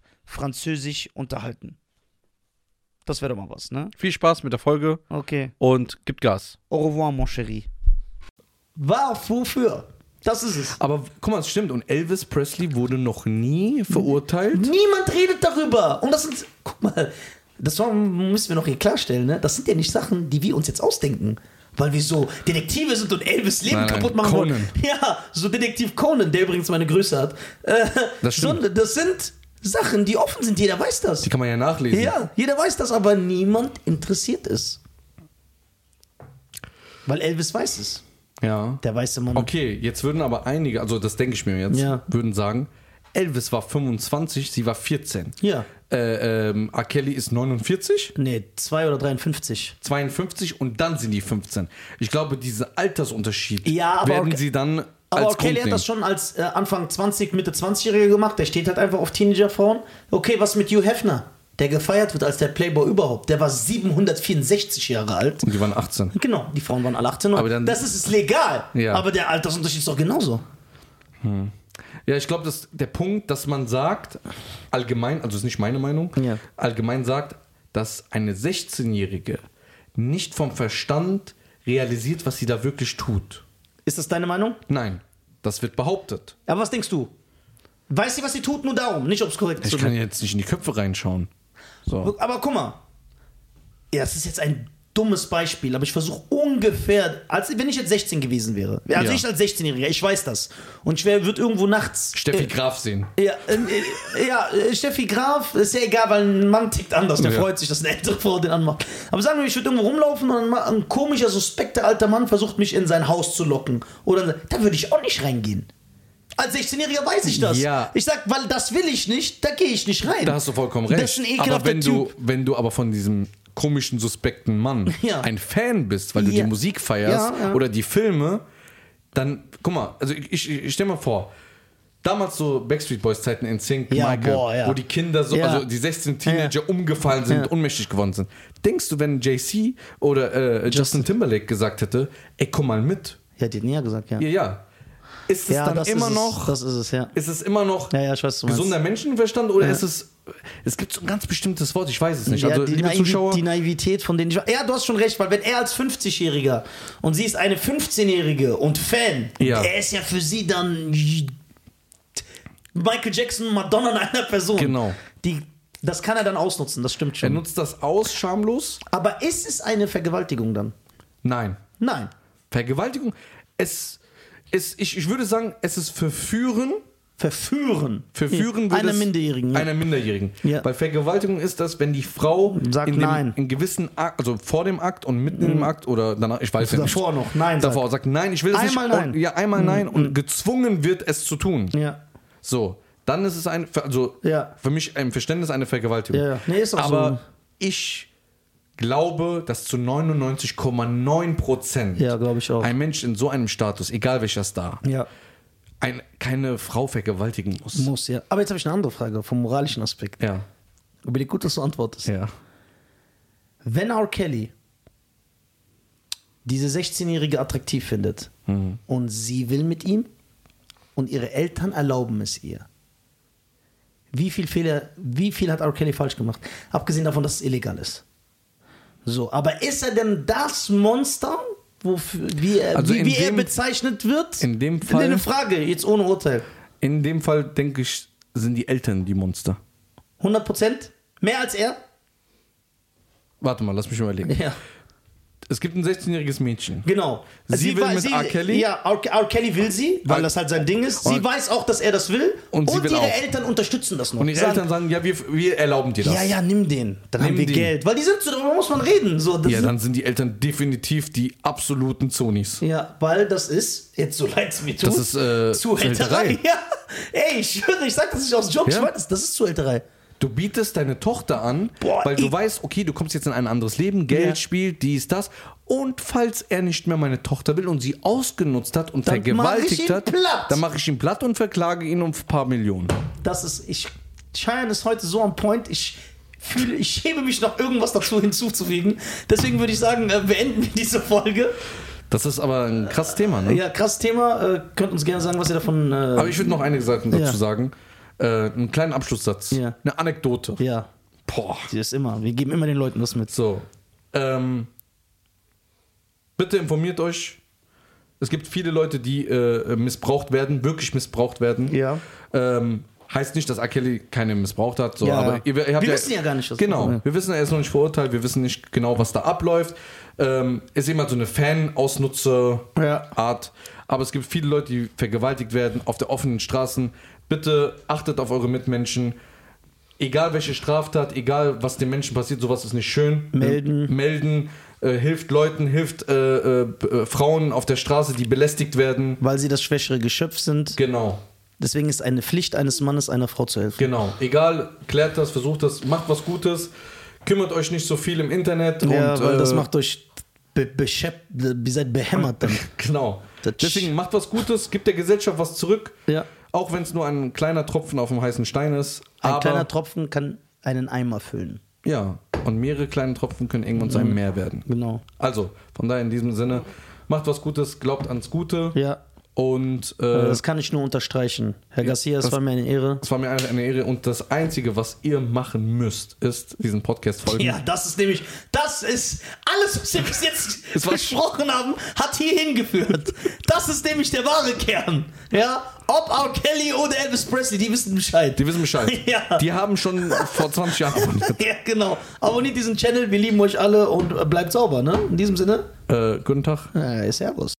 Speaker 4: Französisch unterhalten. Das wäre doch mal was, ne?
Speaker 3: Viel Spaß mit der Folge
Speaker 4: Okay.
Speaker 3: und gibt Gas.
Speaker 4: Au revoir, mon chéri.
Speaker 1: War, wofür? Das ist es.
Speaker 2: Aber guck mal, es stimmt. Und Elvis Presley wurde noch nie verurteilt.
Speaker 1: Niemand redet darüber. Und das sind, guck mal, das war, müssen wir noch hier klarstellen, ne? Das sind ja nicht Sachen, die wir uns jetzt ausdenken. Weil wir so Detektive sind und Elvis Leben
Speaker 2: Nein, nein,
Speaker 1: kaputt machen wollen.
Speaker 2: Conan.
Speaker 1: Ja, so Detektiv Conan, der übrigens meine Grüße hat. Äh,
Speaker 2: Das stimmt.
Speaker 1: sondern das sind Sachen, die offen sind. Jeder weiß das.
Speaker 2: Die kann man ja nachlesen.
Speaker 1: Ja, jeder weiß das, aber niemand interessiert es. Weil Elvis weiß es.
Speaker 2: ja.
Speaker 1: Der weiße Mann.
Speaker 2: Okay, jetzt würden aber einige, also das denke ich mir jetzt,
Speaker 1: Ja.
Speaker 2: würden sagen, Elvis war 25, sie war 14.
Speaker 1: Ja.
Speaker 2: Äh, ähm, R. Kelly ist 49,
Speaker 1: Nee, 2 oder 53.
Speaker 2: 52 und dann sind die 15. Ich glaube, diesen Altersunterschied
Speaker 1: Ja, aber
Speaker 2: werden
Speaker 1: okay.
Speaker 2: sie dann
Speaker 1: Aber
Speaker 2: als
Speaker 1: okay,
Speaker 2: Grund
Speaker 1: er hat
Speaker 2: nehmen.
Speaker 1: das schon als äh, Anfang 20, Mitte 20-Jährige gemacht. Der steht halt einfach auf Teenagerfrauen. Okay, was mit Hugh Hefner? Der gefeiert wird als der Playboy überhaupt. Der war 764 Jahre alt.
Speaker 2: Und die waren 18.
Speaker 1: Genau, die Frauen waren alle 18.
Speaker 2: Aber dann-
Speaker 1: das ist es legal.
Speaker 2: Ja.
Speaker 1: Aber der Altersunterschied ist doch genauso.
Speaker 2: Ja, ich glaube, dass der Punkt, dass man sagt, allgemein, also ist nicht meine Meinung,
Speaker 1: Ja.
Speaker 2: allgemein sagt, dass eine 16-Jährige nicht vom Verstand realisiert, was sie da wirklich tut.
Speaker 1: Ist das deine Meinung?
Speaker 2: Nein, das wird behauptet.
Speaker 1: Aber was denkst du? Weiß sie, was sie tut? Nur darum. Nicht, ob es korrekt ist.
Speaker 2: Ich
Speaker 1: oder
Speaker 2: kann jetzt nicht in die Köpfe reinschauen. So.
Speaker 1: Aber guck mal. Ja, das ist jetzt ein dummes Beispiel, aber ich versuche ungefähr, als wenn ich jetzt 16 gewesen wäre. Also
Speaker 2: Ja.
Speaker 1: ich als 16-Jähriger, ich weiß das. Und ich wär- würd irgendwo nachts.
Speaker 2: Steffi Graf sehen.
Speaker 1: Äh, ja, ähm, äh, ja, äh, Steffi Graf, ist ja egal, weil ein Mann tickt anders. Der
Speaker 2: Ja.
Speaker 1: freut sich, dass eine ältere Frau den anmacht. Aber sagen wir, ich würde irgendwo rumlaufen und ein Ma- ein komischer, suspekter alter Mann versucht, mich in sein Haus zu locken. Oder da würde ich auch nicht reingehen. Als 16-Jähriger weiß ich das.
Speaker 2: Ja.
Speaker 1: Ich sag, weil das will ich nicht, da gehe ich nicht rein.
Speaker 2: Da hast du vollkommen recht.
Speaker 1: Das ist ein ekelhafter
Speaker 2: aber wenn
Speaker 1: Typ.
Speaker 2: du, wenn du aber von diesem komischen, suspekten Mann
Speaker 1: <laughs> Ja.
Speaker 2: ein Fan bist, weil du
Speaker 1: Ja.
Speaker 2: die Musik feierst
Speaker 1: Ja, ja.
Speaker 2: oder die Filme, dann, guck mal, also ich, ich, ich stell mal vor, damals so Backstreet Boys Zeiten in Sync,
Speaker 1: Ja,
Speaker 2: Michael,
Speaker 1: boah, ja.
Speaker 2: wo die Kinder so,
Speaker 1: Ja.
Speaker 2: also die 16 Teenager umgefallen sind, ohnmächtig geworden sind. Denkst du, wenn JC oder äh, Justin Timberlake gesagt hätte, ey, komm mal mit,
Speaker 1: Ja, die hat ja gesagt, ja.
Speaker 2: ja, ja, ist es
Speaker 1: ja,
Speaker 2: dann
Speaker 1: das
Speaker 2: immer
Speaker 1: ist
Speaker 2: noch
Speaker 1: Es, das ist es, ja.
Speaker 2: ist es immer noch
Speaker 1: Ja, ja, ich weiß, was du
Speaker 2: gesunder Menschenverstand oder
Speaker 1: Ja.
Speaker 2: ist es. Es gibt so ein ganz bestimmtes Wort, ich weiß es nicht.
Speaker 1: ja,
Speaker 2: also,
Speaker 1: die,
Speaker 2: liebe
Speaker 1: Naivi-
Speaker 2: Zuschauer,
Speaker 1: die Naivität von denen ich. Ja, du hast schon recht, weil wenn er als 50-Jähriger und sie ist eine 15-Jährige und Fan,
Speaker 2: Ja.
Speaker 1: er ist ja für sie dann Michael Jackson, Madonna in einer Person.
Speaker 2: Genau.
Speaker 1: Die, das kann er dann ausnutzen, das stimmt
Speaker 2: er
Speaker 1: schon.
Speaker 2: nutzt das aus, schamlos?
Speaker 1: Aber ist es eine Vergewaltigung dann?
Speaker 2: Nein.
Speaker 1: Nein.
Speaker 2: Vergewaltigung? Es. es ich, ich würde sagen, es ist Verführen.
Speaker 1: Verführen.
Speaker 2: Verführen würde
Speaker 1: Einer
Speaker 2: es-
Speaker 1: Minderjährigen.
Speaker 2: Einer Minderjährigen.
Speaker 1: Ja.
Speaker 2: Bei Vergewaltigung ist das, wenn die Frau
Speaker 1: Sagt
Speaker 2: in, dem,
Speaker 1: nein. Mhm.
Speaker 2: in gewissen Akt, also vor dem Akt und mitten im Akt oder danach, ich weiß ja nicht.
Speaker 1: Davor noch. Nein.
Speaker 2: Davor sagt, nein, ich will es
Speaker 1: Einmal
Speaker 2: nicht.
Speaker 1: nein. Mhm.
Speaker 2: Und, ja, einmal nein und gezwungen wird, es zu tun.
Speaker 1: Sagt. Ja.
Speaker 2: So, dann ist es ein, also
Speaker 1: Ja.
Speaker 2: für mich ein Verständnis eine Vergewaltigung.
Speaker 1: Ja, ja. Nee, ist auch
Speaker 2: Aber
Speaker 1: so.
Speaker 2: ich glaube, dass zu 99,9 Prozent
Speaker 1: Ja, glaube ich auch.
Speaker 2: ein Mensch in so einem Status, egal welcher Star,
Speaker 1: Ja.
Speaker 2: ein, keine Frau vergewaltigen muss.
Speaker 1: Muss, ja. Aber jetzt habe ich eine andere Frage vom moralischen Aspekt.
Speaker 2: ja,
Speaker 1: Überleg gut, dass du antwortest.
Speaker 2: ja.
Speaker 1: Wenn R. Kelly diese 16-Jährige attraktiv findet
Speaker 2: Mhm.
Speaker 1: und sie will mit ihm und ihre Eltern erlauben es ihr, wie viel, Fehler, wie viel hat R. Kelly falsch gemacht? Abgesehen davon, dass es illegal ist. So, aber ist er denn das Monster, wofür, wie, er,
Speaker 2: Also
Speaker 1: wie,
Speaker 2: in
Speaker 1: wie er
Speaker 2: dem-
Speaker 1: bezeichnet wird?
Speaker 2: in dem
Speaker 1: Nee,
Speaker 2: Fall-
Speaker 1: Eine Frage, jetzt ohne Urteil.
Speaker 2: In dem Fall denke ich, sind die Eltern die Monster.
Speaker 1: 100 Prozent? Mehr als er?
Speaker 2: Warte mal, lass mich überlegen.
Speaker 1: Ja.
Speaker 2: Es gibt ein 16-jähriges Mädchen.
Speaker 1: Genau.
Speaker 2: Sie will
Speaker 1: wei-
Speaker 2: mit R. Kelly?
Speaker 1: Ja, R. Ke- R. Kelly will sie, weil
Speaker 2: Weil-
Speaker 1: das halt sein Ding ist. Sie
Speaker 2: Und-
Speaker 1: weiß auch, dass er das will.
Speaker 2: Und sie will
Speaker 1: ihre
Speaker 2: auch.
Speaker 1: Eltern unterstützen das noch.
Speaker 2: Und ihre
Speaker 1: Sagen,
Speaker 2: Eltern sagen, ja, wir, wir erlauben dir das.
Speaker 1: ja, ja, nimm den. Dann haben
Speaker 2: Nimm
Speaker 1: wir
Speaker 2: den.
Speaker 1: Geld. Weil die sind so, darüber muss man reden. So, das
Speaker 2: ja,
Speaker 1: ist-
Speaker 2: dann sind die Eltern definitiv die absoluten Zonis.
Speaker 1: ja, weil das ist, jetzt so leid's mir tut,
Speaker 2: Das ist, äh,
Speaker 1: Zuhälterei. <laughs>
Speaker 2: Zuhälterei.
Speaker 1: Ja. Ey, ich schwöre, ich sag das nicht aus Joke,
Speaker 2: Ja.
Speaker 1: ich weiß, das ist Zuhälterei.
Speaker 2: Du bietest deine Tochter an,
Speaker 1: Boah,
Speaker 2: weil du
Speaker 1: ich-
Speaker 2: weißt, okay, du kommst jetzt in ein anderes Leben, Geld
Speaker 1: Ja.
Speaker 2: spielt, dies, das. Und falls er nicht mehr meine Tochter will und sie ausgenutzt hat und
Speaker 1: Dann mach ich
Speaker 2: vergewaltigt
Speaker 1: ihn
Speaker 2: hat,
Speaker 1: platt.
Speaker 2: dann mache ich ihn platt und verklage ihn um ein paar Millionen.
Speaker 1: Das ist, ich, Cheyenne ist heute so on point, ich fühle, ich schäme mich noch irgendwas dazu hinzuzufügen. Deswegen würde ich sagen, äh, beenden wir diese Folge.
Speaker 2: Das ist aber ein krasses Thema, ne?
Speaker 1: Ja, krasses Thema, äh, könnt uns gerne sagen, was ihr davon,
Speaker 2: Aber
Speaker 1: äh,
Speaker 2: ich würde noch einige Seiten dazu
Speaker 1: Ja.
Speaker 2: sagen. Äh, einen kleinen Abschlusssatz.
Speaker 1: Ja.
Speaker 2: Eine Anekdote.
Speaker 1: ja,
Speaker 2: Boah.
Speaker 1: die ist immer, wir geben immer den Leuten was mit.
Speaker 2: So. Ähm, bitte informiert euch. Es gibt viele Leute, die äh, missbraucht werden, wirklich missbraucht werden.
Speaker 1: Ja.
Speaker 2: Ähm, heißt nicht, dass R. Kelly keine missbraucht hat, so,
Speaker 1: Ja.
Speaker 2: aber ihr, ihr habt
Speaker 1: Wir wissen ja gar nicht, was-
Speaker 2: Genau,
Speaker 1: Ja.
Speaker 2: wir wissen, er ist noch nicht verurteilt, wir wissen nicht genau, was da abläuft. Ähm, ist jemand so eine Fan-Ausnutzer-Art.
Speaker 1: Ja.
Speaker 2: Aber es gibt viele Leute, die vergewaltigt werden auf der offenen Straßen. Bitte achtet auf eure Mitmenschen. Egal welche Straftat, egal was den Menschen passiert, sowas ist nicht schön.
Speaker 1: Melden.
Speaker 2: Melden. Äh, hilft Leuten, hilft äh, äh, b- äh, Frauen auf der Straße, die belästigt werden.
Speaker 1: Weil sie das schwächere Geschöpf sind.
Speaker 2: Genau,
Speaker 1: Deswegen ist eine Pflicht eines Mannes, einer Frau zu helfen.
Speaker 2: genau. Egal, klärt das, versucht das, macht was Gutes. Kümmert euch nicht so viel im Internet.
Speaker 1: ja,
Speaker 2: und,
Speaker 1: weil
Speaker 2: äh,
Speaker 1: das macht euch be beschäpp- ihr seid behämmert dann.
Speaker 2: Genau.
Speaker 1: Das-
Speaker 2: Deswegen macht was Gutes, gibt der Gesellschaft was zurück.
Speaker 1: Ja.
Speaker 2: Auch wenn es nur ein kleiner Tropfen auf dem heißen Stein ist.
Speaker 1: Ein
Speaker 2: aber,
Speaker 1: kleiner Tropfen kann einen Eimer füllen.
Speaker 2: Ja, und mehrere kleine Tropfen können irgendwann zu einem Meer werden.
Speaker 1: Genau.
Speaker 2: Also, von daher in diesem Sinne, macht was Gutes, glaubt ans Gute.
Speaker 1: Ja.
Speaker 2: Und äh,
Speaker 1: Also
Speaker 2: es
Speaker 1: das kann ich nur unterstreichen. Herr Garcia, es
Speaker 2: das-
Speaker 1: war mir eine Ehre.
Speaker 2: war mir eine, eine Ehre. Und das Einzige, was ihr machen müsst, ist diesen Podcast folgen.
Speaker 1: Ja, das ist nämlich, das ist alles, was wir bis jetzt
Speaker 2: <laughs> Es war-
Speaker 1: besprochen haben, hat hier hingeführt. Das ist nämlich der wahre Kern. Ja, ob R. Kelly oder Elvis Presley, die wissen Bescheid.
Speaker 2: Die wissen Bescheid.
Speaker 1: Ja.
Speaker 2: Die haben schon vor 20 Jahren abonniert.
Speaker 1: <laughs> ja, genau. Abonniert diesen Channel, wir lieben euch alle und äh, bleibt sauber, ne? In diesem Sinne,
Speaker 2: äh, guten Tag.
Speaker 1: äh, Servus.